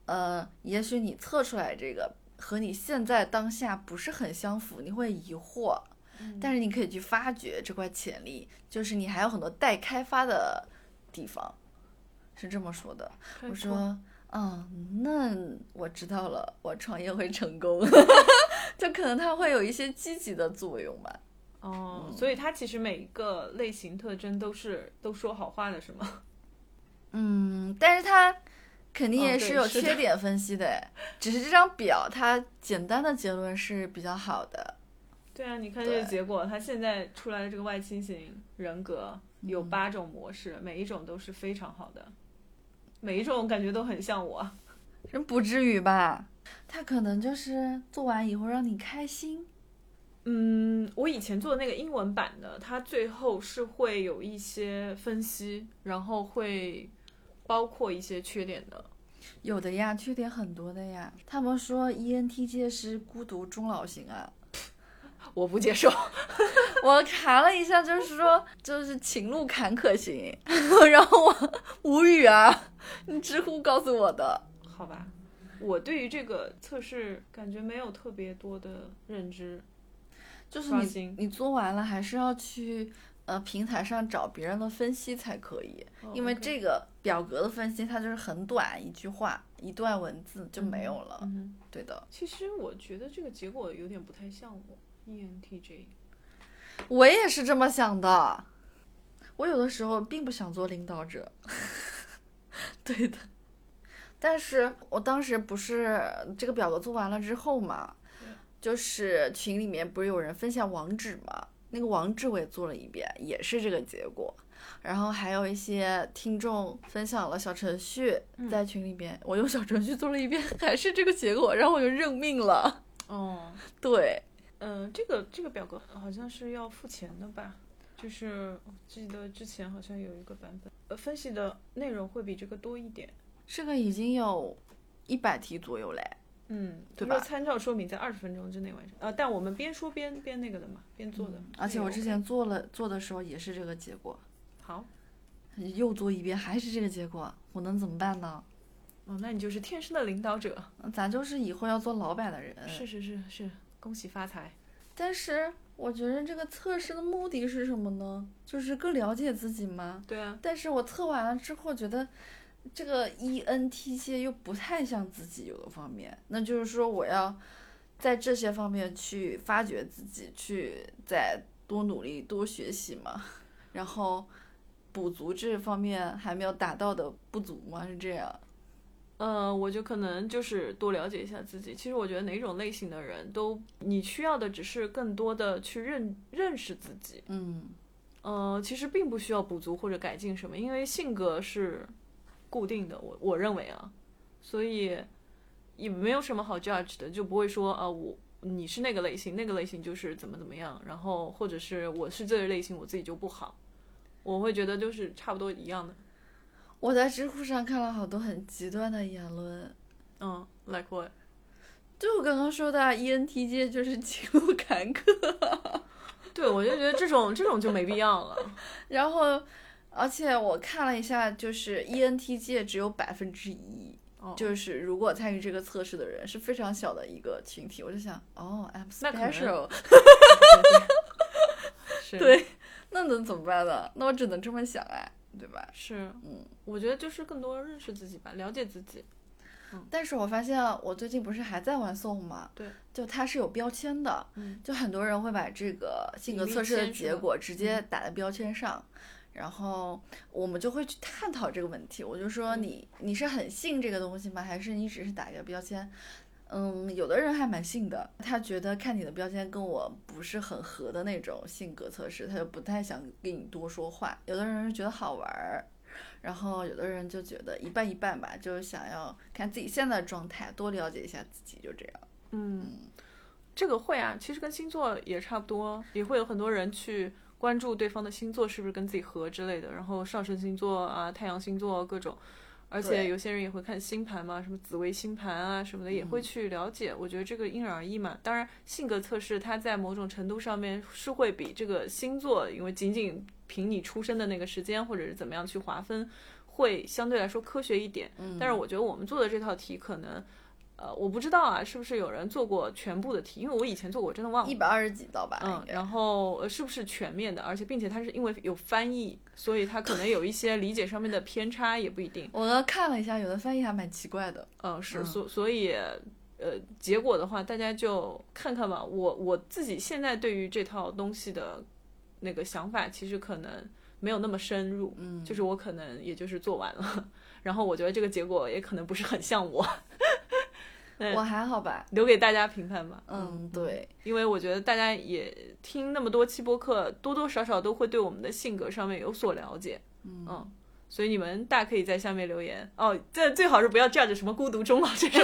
[SPEAKER 1] 呃，也许你测出来这个和你现在当下不是很相符，你会疑惑，
[SPEAKER 2] 哼，
[SPEAKER 1] 但是你可以去发掘这块潜力，就是你还有很多待开发的地方，是这么说的。
[SPEAKER 2] 开
[SPEAKER 1] 我
[SPEAKER 2] 阔
[SPEAKER 1] 说，嗯，那我知道了，我创业会成功， 就可能它会有一些积极的作用吧。
[SPEAKER 2] 哦，所以它其实每一个类型特征都是都说好话的，是吗？
[SPEAKER 1] 嗯，但是它肯定
[SPEAKER 2] 哦
[SPEAKER 1] 也
[SPEAKER 2] 对
[SPEAKER 1] 是有
[SPEAKER 2] 是的
[SPEAKER 1] 缺点分析的，只是这张表它简单的结论是比较好的。
[SPEAKER 2] 对啊，你看这个
[SPEAKER 1] 对
[SPEAKER 2] 结果，它现在出来的这个外倾型人格有
[SPEAKER 1] 嗯
[SPEAKER 2] 八种模式，每一种都是非常好的，每一种感觉都很像我。
[SPEAKER 1] 人不至于吧？它可能就是做完以后让你开心。
[SPEAKER 2] 嗯，我以前做的那个英文版的，它最后是会有一些分析，然后会包括一些缺点的。
[SPEAKER 1] 有的呀，缺点很多的呀。他们说 E ENTJ 是孤独终老型啊，
[SPEAKER 2] 我不接受，
[SPEAKER 1] 我查了一下，就是说，就是情路坎坷型， 然后我无语啊，你知乎告诉我的。
[SPEAKER 2] 好吧。我对于这个测试感觉没有特别多的认知，
[SPEAKER 1] 就是
[SPEAKER 2] 刷
[SPEAKER 1] 你
[SPEAKER 2] 新
[SPEAKER 1] 你做完了，还是要去呃平台上找别人的分析才可以，
[SPEAKER 2] 哦
[SPEAKER 1] 因为
[SPEAKER 2] OK
[SPEAKER 1] 这个表格的分析它就是很短，一句话一段文字就没有了。
[SPEAKER 2] 嗯哼
[SPEAKER 1] 对的，
[SPEAKER 2] 其实我觉得这个结果有点不太像我，E ENTJ。
[SPEAKER 1] 我也是这么想的。我有的时候并不想做领导者， 对的。但是我当时不是这个表格做完了之后嘛，就是群里面不是有人分享网址嘛，那个网址我也做了一遍，也是这个结果。然后还有一些听众分享了小程序
[SPEAKER 2] 嗯，
[SPEAKER 1] 在群里面，我用小程序做了一遍，还是这个结果，然后我就认命了。
[SPEAKER 2] 哦，
[SPEAKER 1] 对，
[SPEAKER 2] 嗯、这个这个表格好像是要付钱的吧？就是我记得之前好像有一个版本，呃，分析的内容会比这个多一点。
[SPEAKER 1] 这个已经有一百题左右嘞。
[SPEAKER 2] 嗯，
[SPEAKER 1] 对
[SPEAKER 2] 他说
[SPEAKER 1] 吧
[SPEAKER 2] 参照说明在二十分钟之内完成。呃，但我们边说边边那个的嘛，边做的。
[SPEAKER 1] 嗯而且
[SPEAKER 2] 所以
[SPEAKER 1] 我之
[SPEAKER 2] OK
[SPEAKER 1] 前做了做的时候也是这个结果，
[SPEAKER 2] 好，
[SPEAKER 1] 又做一遍还是这个结果，我能怎么办呢？
[SPEAKER 2] 哦，那你就是天生的领导者。
[SPEAKER 1] 咱就是以后要做老板的人。
[SPEAKER 2] 是是是是，恭喜发财。
[SPEAKER 1] 但是我觉得这个测试的目的是什么呢？就是更了解自己吗？
[SPEAKER 2] 对啊，
[SPEAKER 1] 但是我测完了之后觉得。这个 E ENTJ 又不太像自己有的方面，那就是说我要在这些方面去发掘自己，去再多努力、多学习嘛，然后补足这方面还没有达到的不足嘛，是这样。
[SPEAKER 2] 呃，我就可能就是多了解一下自己。其实我觉得哪种类型的人都，你需要的只是更多的去认认识自己。
[SPEAKER 1] 嗯，
[SPEAKER 2] 呃，其实并不需要补足或者改进什么，因为性格是固定的，我我认为啊，所以也没有什么好 judge 的，就不会说啊、我你是那个类型，那个类型就是怎么怎么样，然后或者是我是这个类型，我自己就不好，我会觉得就是差不多一样的。
[SPEAKER 1] 我在知乎上看了好多很极端的言论，
[SPEAKER 2] 嗯，like what？
[SPEAKER 1] 就我刚刚说的啊 ENTJ 就是 情路坎坷，
[SPEAKER 2] 对，我就觉得这种这种就没必要了。
[SPEAKER 1] 然后而且我看了一下，就是 E ENTJ 只有百分之一，
[SPEAKER 2] 哦，
[SPEAKER 1] 就是如果参与这个测试的人是非常小的一个群体，我就想，哦，I'm
[SPEAKER 2] 那可能
[SPEAKER 1] special，
[SPEAKER 2] 是
[SPEAKER 1] 对那能怎么办呢？那我只能这么想哎，对吧？
[SPEAKER 2] 是，
[SPEAKER 1] 嗯，
[SPEAKER 2] 我觉得就是更多认识自己吧，了解自己。
[SPEAKER 1] 但是我发现我最近不是还在玩送吗？
[SPEAKER 2] 嗯对，
[SPEAKER 1] 就它是有标签的，
[SPEAKER 2] 嗯
[SPEAKER 1] 就很多人会把这个性格测试的结果直接
[SPEAKER 2] 嗯
[SPEAKER 1] 打在标签上。然后我们就会去探讨这个问题。我就说
[SPEAKER 2] 嗯
[SPEAKER 1] 你你是很信这个东西吗？还是你只是打一个标签？嗯，有的人还蛮信的，他觉得看你的标签跟我不是很合的那种性格测试，他就不太想跟你多说话。有的人是觉得好玩儿，然后有的人就觉得一半一半吧，就是想要看自己现在的状态，多了解一下自己，就这样。
[SPEAKER 2] 嗯，这个会啊，其实跟星座也差不多，也会有很多人去关注对方的星座是不是跟自己合之类的，然后上升星座啊、太阳星座各种，而且
[SPEAKER 1] 对
[SPEAKER 2] 有些人也会看星盘嘛，什么紫微星盘啊什么的，也会去了解。我觉得这个因人而异嘛。当然，性格测试它在某种程度上面是会比这个星座，因为仅仅凭你出生的那个时间或者是怎么样去划分，会相对来说科学一点。
[SPEAKER 1] 嗯
[SPEAKER 2] 但是我觉得我们做的这套题可能。呃，我不知道啊，是不是有人做过全部的题？因为我以前做过，我真的忘了
[SPEAKER 1] 一。百二十几道吧，
[SPEAKER 2] 哦嗯
[SPEAKER 1] 应，该
[SPEAKER 2] 然后呃是不是全面的？而且并且它是因为有翻译，所以它可能有一些理解上面的偏差也不一定。
[SPEAKER 1] 我看了一下，有的翻译还蛮奇怪的。
[SPEAKER 2] 嗯，是，
[SPEAKER 1] 嗯
[SPEAKER 2] 所所以呃，结果的话大家就看看吧。我我自己现在对于这套东西的那个想法，其实可能没有那么深入。
[SPEAKER 1] 嗯
[SPEAKER 2] 就是我可能也就是做完了， 然后我觉得这个结果也可能不是很像我， 嗯
[SPEAKER 1] 我还好吧，
[SPEAKER 2] 留给大家评判吧。
[SPEAKER 1] 嗯，对，
[SPEAKER 2] 因为我觉得大家也听那么多期播客，多多少少都会对我们的性格上面有所了解，嗯所以你们大可以在下面留言哦。这最好是不要 judge 什么孤独终老这 种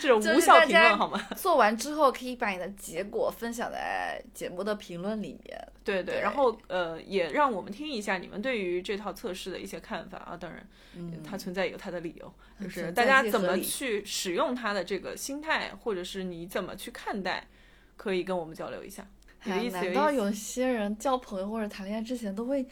[SPEAKER 2] 这种无效评
[SPEAKER 1] 就是大家
[SPEAKER 2] 论好吗？
[SPEAKER 1] 做完之后可以把你的结果分享在节目的评论里面。
[SPEAKER 2] 对对，
[SPEAKER 1] 对
[SPEAKER 2] 然后呃，也让我们听一下你们对于这套测试的一些看法啊。当然，
[SPEAKER 1] 嗯，
[SPEAKER 2] 它存在有它的理由，就
[SPEAKER 1] 嗯
[SPEAKER 2] 是
[SPEAKER 1] 存
[SPEAKER 2] 大
[SPEAKER 1] 在
[SPEAKER 2] 家
[SPEAKER 1] 即
[SPEAKER 2] 怎
[SPEAKER 1] 合
[SPEAKER 2] 么
[SPEAKER 1] 理
[SPEAKER 2] 去使用它的这个心态，或者是你怎么去看待，可以跟我们交流一下。有
[SPEAKER 1] 哎
[SPEAKER 2] 意思有
[SPEAKER 1] 难
[SPEAKER 2] 意
[SPEAKER 1] 道
[SPEAKER 2] 思
[SPEAKER 1] 有些人交朋友或者谈恋爱之前都会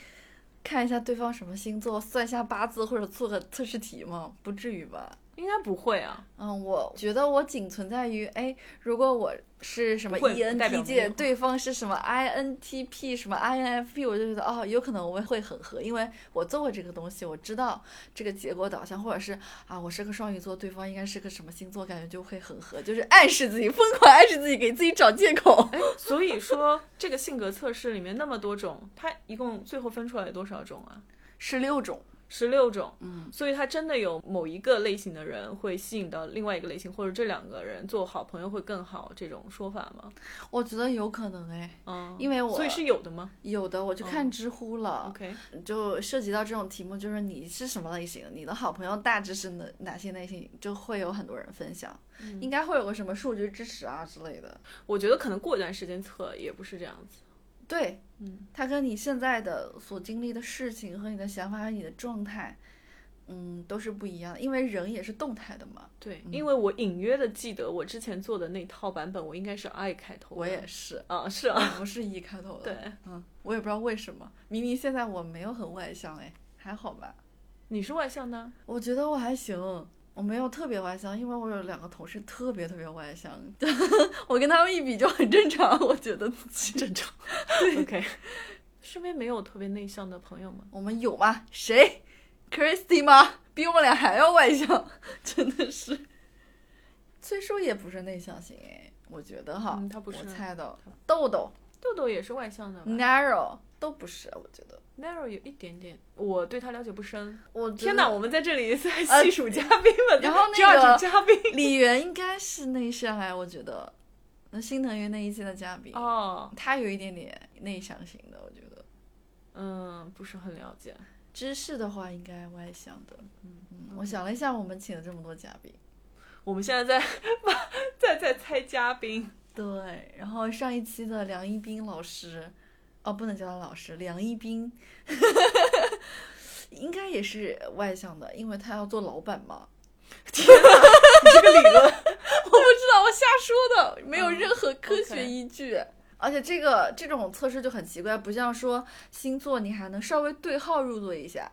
[SPEAKER 1] 看一下对方什么星座，算一下八字或者做个测试题吗？不至于吧？
[SPEAKER 2] 应该不会啊，
[SPEAKER 1] 嗯，我觉得我仅存在于，哎，如果我是什么
[SPEAKER 2] 不会不代表
[SPEAKER 1] ENT
[SPEAKER 2] 没有
[SPEAKER 1] 界，对方是什么 INTP 什么 INFP，我就觉得哦，有可能我们会很合，因为我做过这个东西，我知道这个结果导向，或者是啊，我是个双鱼座，对方应该是个什么星座，感觉就会很合，就是暗示自己，疯狂暗示自己，给自己找借口。
[SPEAKER 2] 所以说，这个性格测试里面那么多种，它一共最后分出来有多少种啊？
[SPEAKER 1] 十六种，
[SPEAKER 2] 十六种。
[SPEAKER 1] 嗯，
[SPEAKER 2] 所以它真的有某一个类型的人会吸引到另外一个类型，或者这两个人做好朋友会更好这种说法吗？
[SPEAKER 1] 我觉得有可能哎。
[SPEAKER 2] 嗯，
[SPEAKER 1] 因为我
[SPEAKER 2] 所以是有的吗
[SPEAKER 1] 有的，我
[SPEAKER 2] 嗯
[SPEAKER 1] 就看知乎了，
[SPEAKER 2] ？OK，
[SPEAKER 1] 就涉及到这种题目，就是你是什么类型，你的好朋友大致是哪哪些类型，就会有很多人分享，
[SPEAKER 2] 嗯
[SPEAKER 1] 应该会有个什么数据支持啊之类的。
[SPEAKER 2] 我觉得可能过一段时间测也不是这样子。
[SPEAKER 1] 对，
[SPEAKER 2] 嗯，
[SPEAKER 1] 它跟你现在的所经历的事情和你的想法和你的状态，嗯，都是不一样的，因为人也是动态的嘛。
[SPEAKER 2] 对，因为我隐约的记得我之前做的那套版本，我应该是 I 开头的。
[SPEAKER 1] 我也是，
[SPEAKER 2] 啊，是啊，
[SPEAKER 1] 我是一开头的。
[SPEAKER 2] 对，，
[SPEAKER 1] 嗯，我也不知道为什么，明明现在我没有很外向，哎，还好吧。
[SPEAKER 2] 你是外 向的，
[SPEAKER 1] 我觉得我还行，我没有特别外向，因为我有两个同事特别特别外向， 我跟他们一比就很正常，我觉得自己正常。
[SPEAKER 2] OK，身边没有特别内向的朋友吗？
[SPEAKER 1] 我们有吗？谁？Christy 吗？比我们俩还要外向，真的是。崔叔也不是内向型哎，我觉得哈，
[SPEAKER 2] 嗯他不是
[SPEAKER 1] 我猜到豆豆、
[SPEAKER 2] 豆豆也是外向的吧
[SPEAKER 1] Narrow 都不是，我觉得。
[SPEAKER 2] ，Narrow 有一点点，我对他了解不深。
[SPEAKER 1] 我觉得
[SPEAKER 2] 天哪，我们在这里在
[SPEAKER 1] 呃
[SPEAKER 2] 细数嘉宾们，
[SPEAKER 1] 然后那
[SPEAKER 2] judge
[SPEAKER 1] 个
[SPEAKER 2] 嘉宾
[SPEAKER 1] 李源应该是内向哎，我觉得。那新藤原那一期的嘉宾，
[SPEAKER 2] 哦，
[SPEAKER 1] 他有一点点内向型的，我觉得。
[SPEAKER 2] 嗯，不是很了解。
[SPEAKER 1] 知识的话，应该外向的。嗯，我想了一下，我们请了这么多嘉宾，
[SPEAKER 2] 我们现在 在在在猜嘉宾，
[SPEAKER 1] 对，然后上一期的梁一冰老师，哦，不能叫他老师，梁一冰， 应该也是外向的，因为他要做老板嘛。
[SPEAKER 2] 你这个理论，
[SPEAKER 1] 我不知道，我瞎说的，没有
[SPEAKER 2] 嗯
[SPEAKER 1] 任何科
[SPEAKER 2] OK
[SPEAKER 1] 学依据。而且这个这种测试就很奇怪，不像说星座，你还能稍微对号入座一下。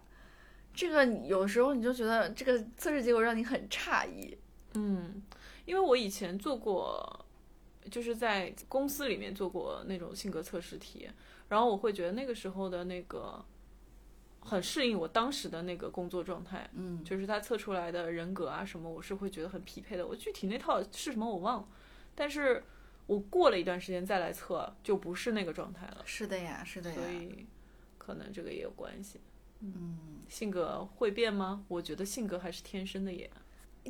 [SPEAKER 1] 这个你有时候你就觉得这个测试结果让你很诧异。
[SPEAKER 2] 嗯，因为我以前做过，就是在公司里面做过那种性格测试题，然后我会觉得那个时候的那个很适应我当时的那个工作状态。
[SPEAKER 1] 嗯，
[SPEAKER 2] 就是他测出来的人格啊什么，我是会觉得很匹配的。我具体那套是什么我忘了，但是我过了一段时间再来测，就不是那个状态了，
[SPEAKER 1] 是的呀，是的呀
[SPEAKER 2] 所。以可能这个也有关系。嗯，性格会变吗？我觉得性格还是天生的耶。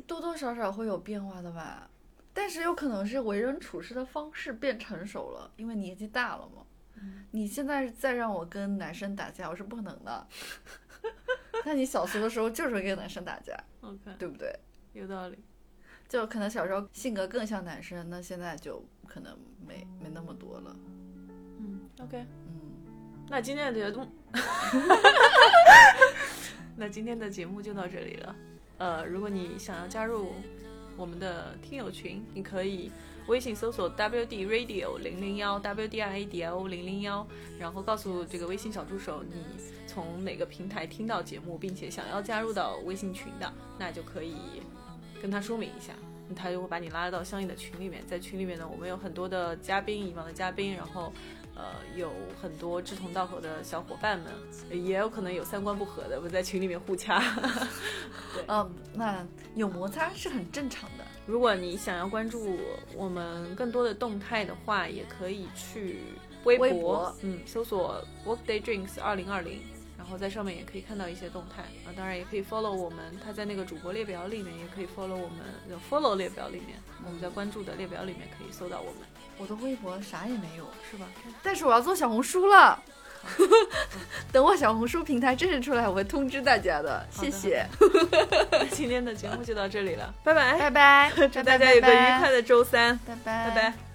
[SPEAKER 1] 多多少少会有变化的吧，但是有可能是为人处事的方式变成熟了，因为年纪大了嘛。你现在再让我跟男生打架，我是不可能的。 那你小时候的时候就是会跟男生打架，
[SPEAKER 2] OK，
[SPEAKER 1] 对不对？
[SPEAKER 2] 有道理。
[SPEAKER 1] 就可能小时候性格更像男生，那现在就可能没没那么多了。
[SPEAKER 2] 嗯， OK，
[SPEAKER 1] 嗯，
[SPEAKER 2] 那今天的节目，那今天的节目就到这里了。呃，如果你想要加入我们的听友群，你可以微信搜索 WD Radio 零零幺 WDIADO 零零幺，然后告诉这个微信小助手你从哪个平台听到节目，并且想要加入到微信群的，那就可以跟他说明一下。他就会把你拉到相应的群里面，在群里面呢，我们有很多的嘉宾，以往的嘉宾，然后呃，有很多志同道合的小伙伴们，也有可能有三观不合的，我们在群里面互掐。
[SPEAKER 1] 呃，那有摩擦是很正常的。
[SPEAKER 2] 如果你想要关注我们更多的动态的话，也可以去微博，
[SPEAKER 1] 微博
[SPEAKER 2] 嗯，搜索 Workday Drinks 二零二零，然后在上面也可以看到一些动态啊，当然也可以 follow 我们，它在那个主播列表里面也可以 follow 我们的 follow 列表里面，我们在关注的列表里面可以搜到我们，
[SPEAKER 1] 我的微博啥也没有，
[SPEAKER 2] 是吧？
[SPEAKER 1] 但是我要做小红书了。 等我小红书平台正式出来，我会通知大家的。
[SPEAKER 2] 好
[SPEAKER 1] 谢
[SPEAKER 2] 的
[SPEAKER 1] 谢，
[SPEAKER 2] 那今天的节目就到这里了，拜拜，哎，
[SPEAKER 1] 拜拜
[SPEAKER 2] 祝大家有个愉快
[SPEAKER 1] 的，
[SPEAKER 2] 的周三，
[SPEAKER 1] 拜拜，
[SPEAKER 2] 拜拜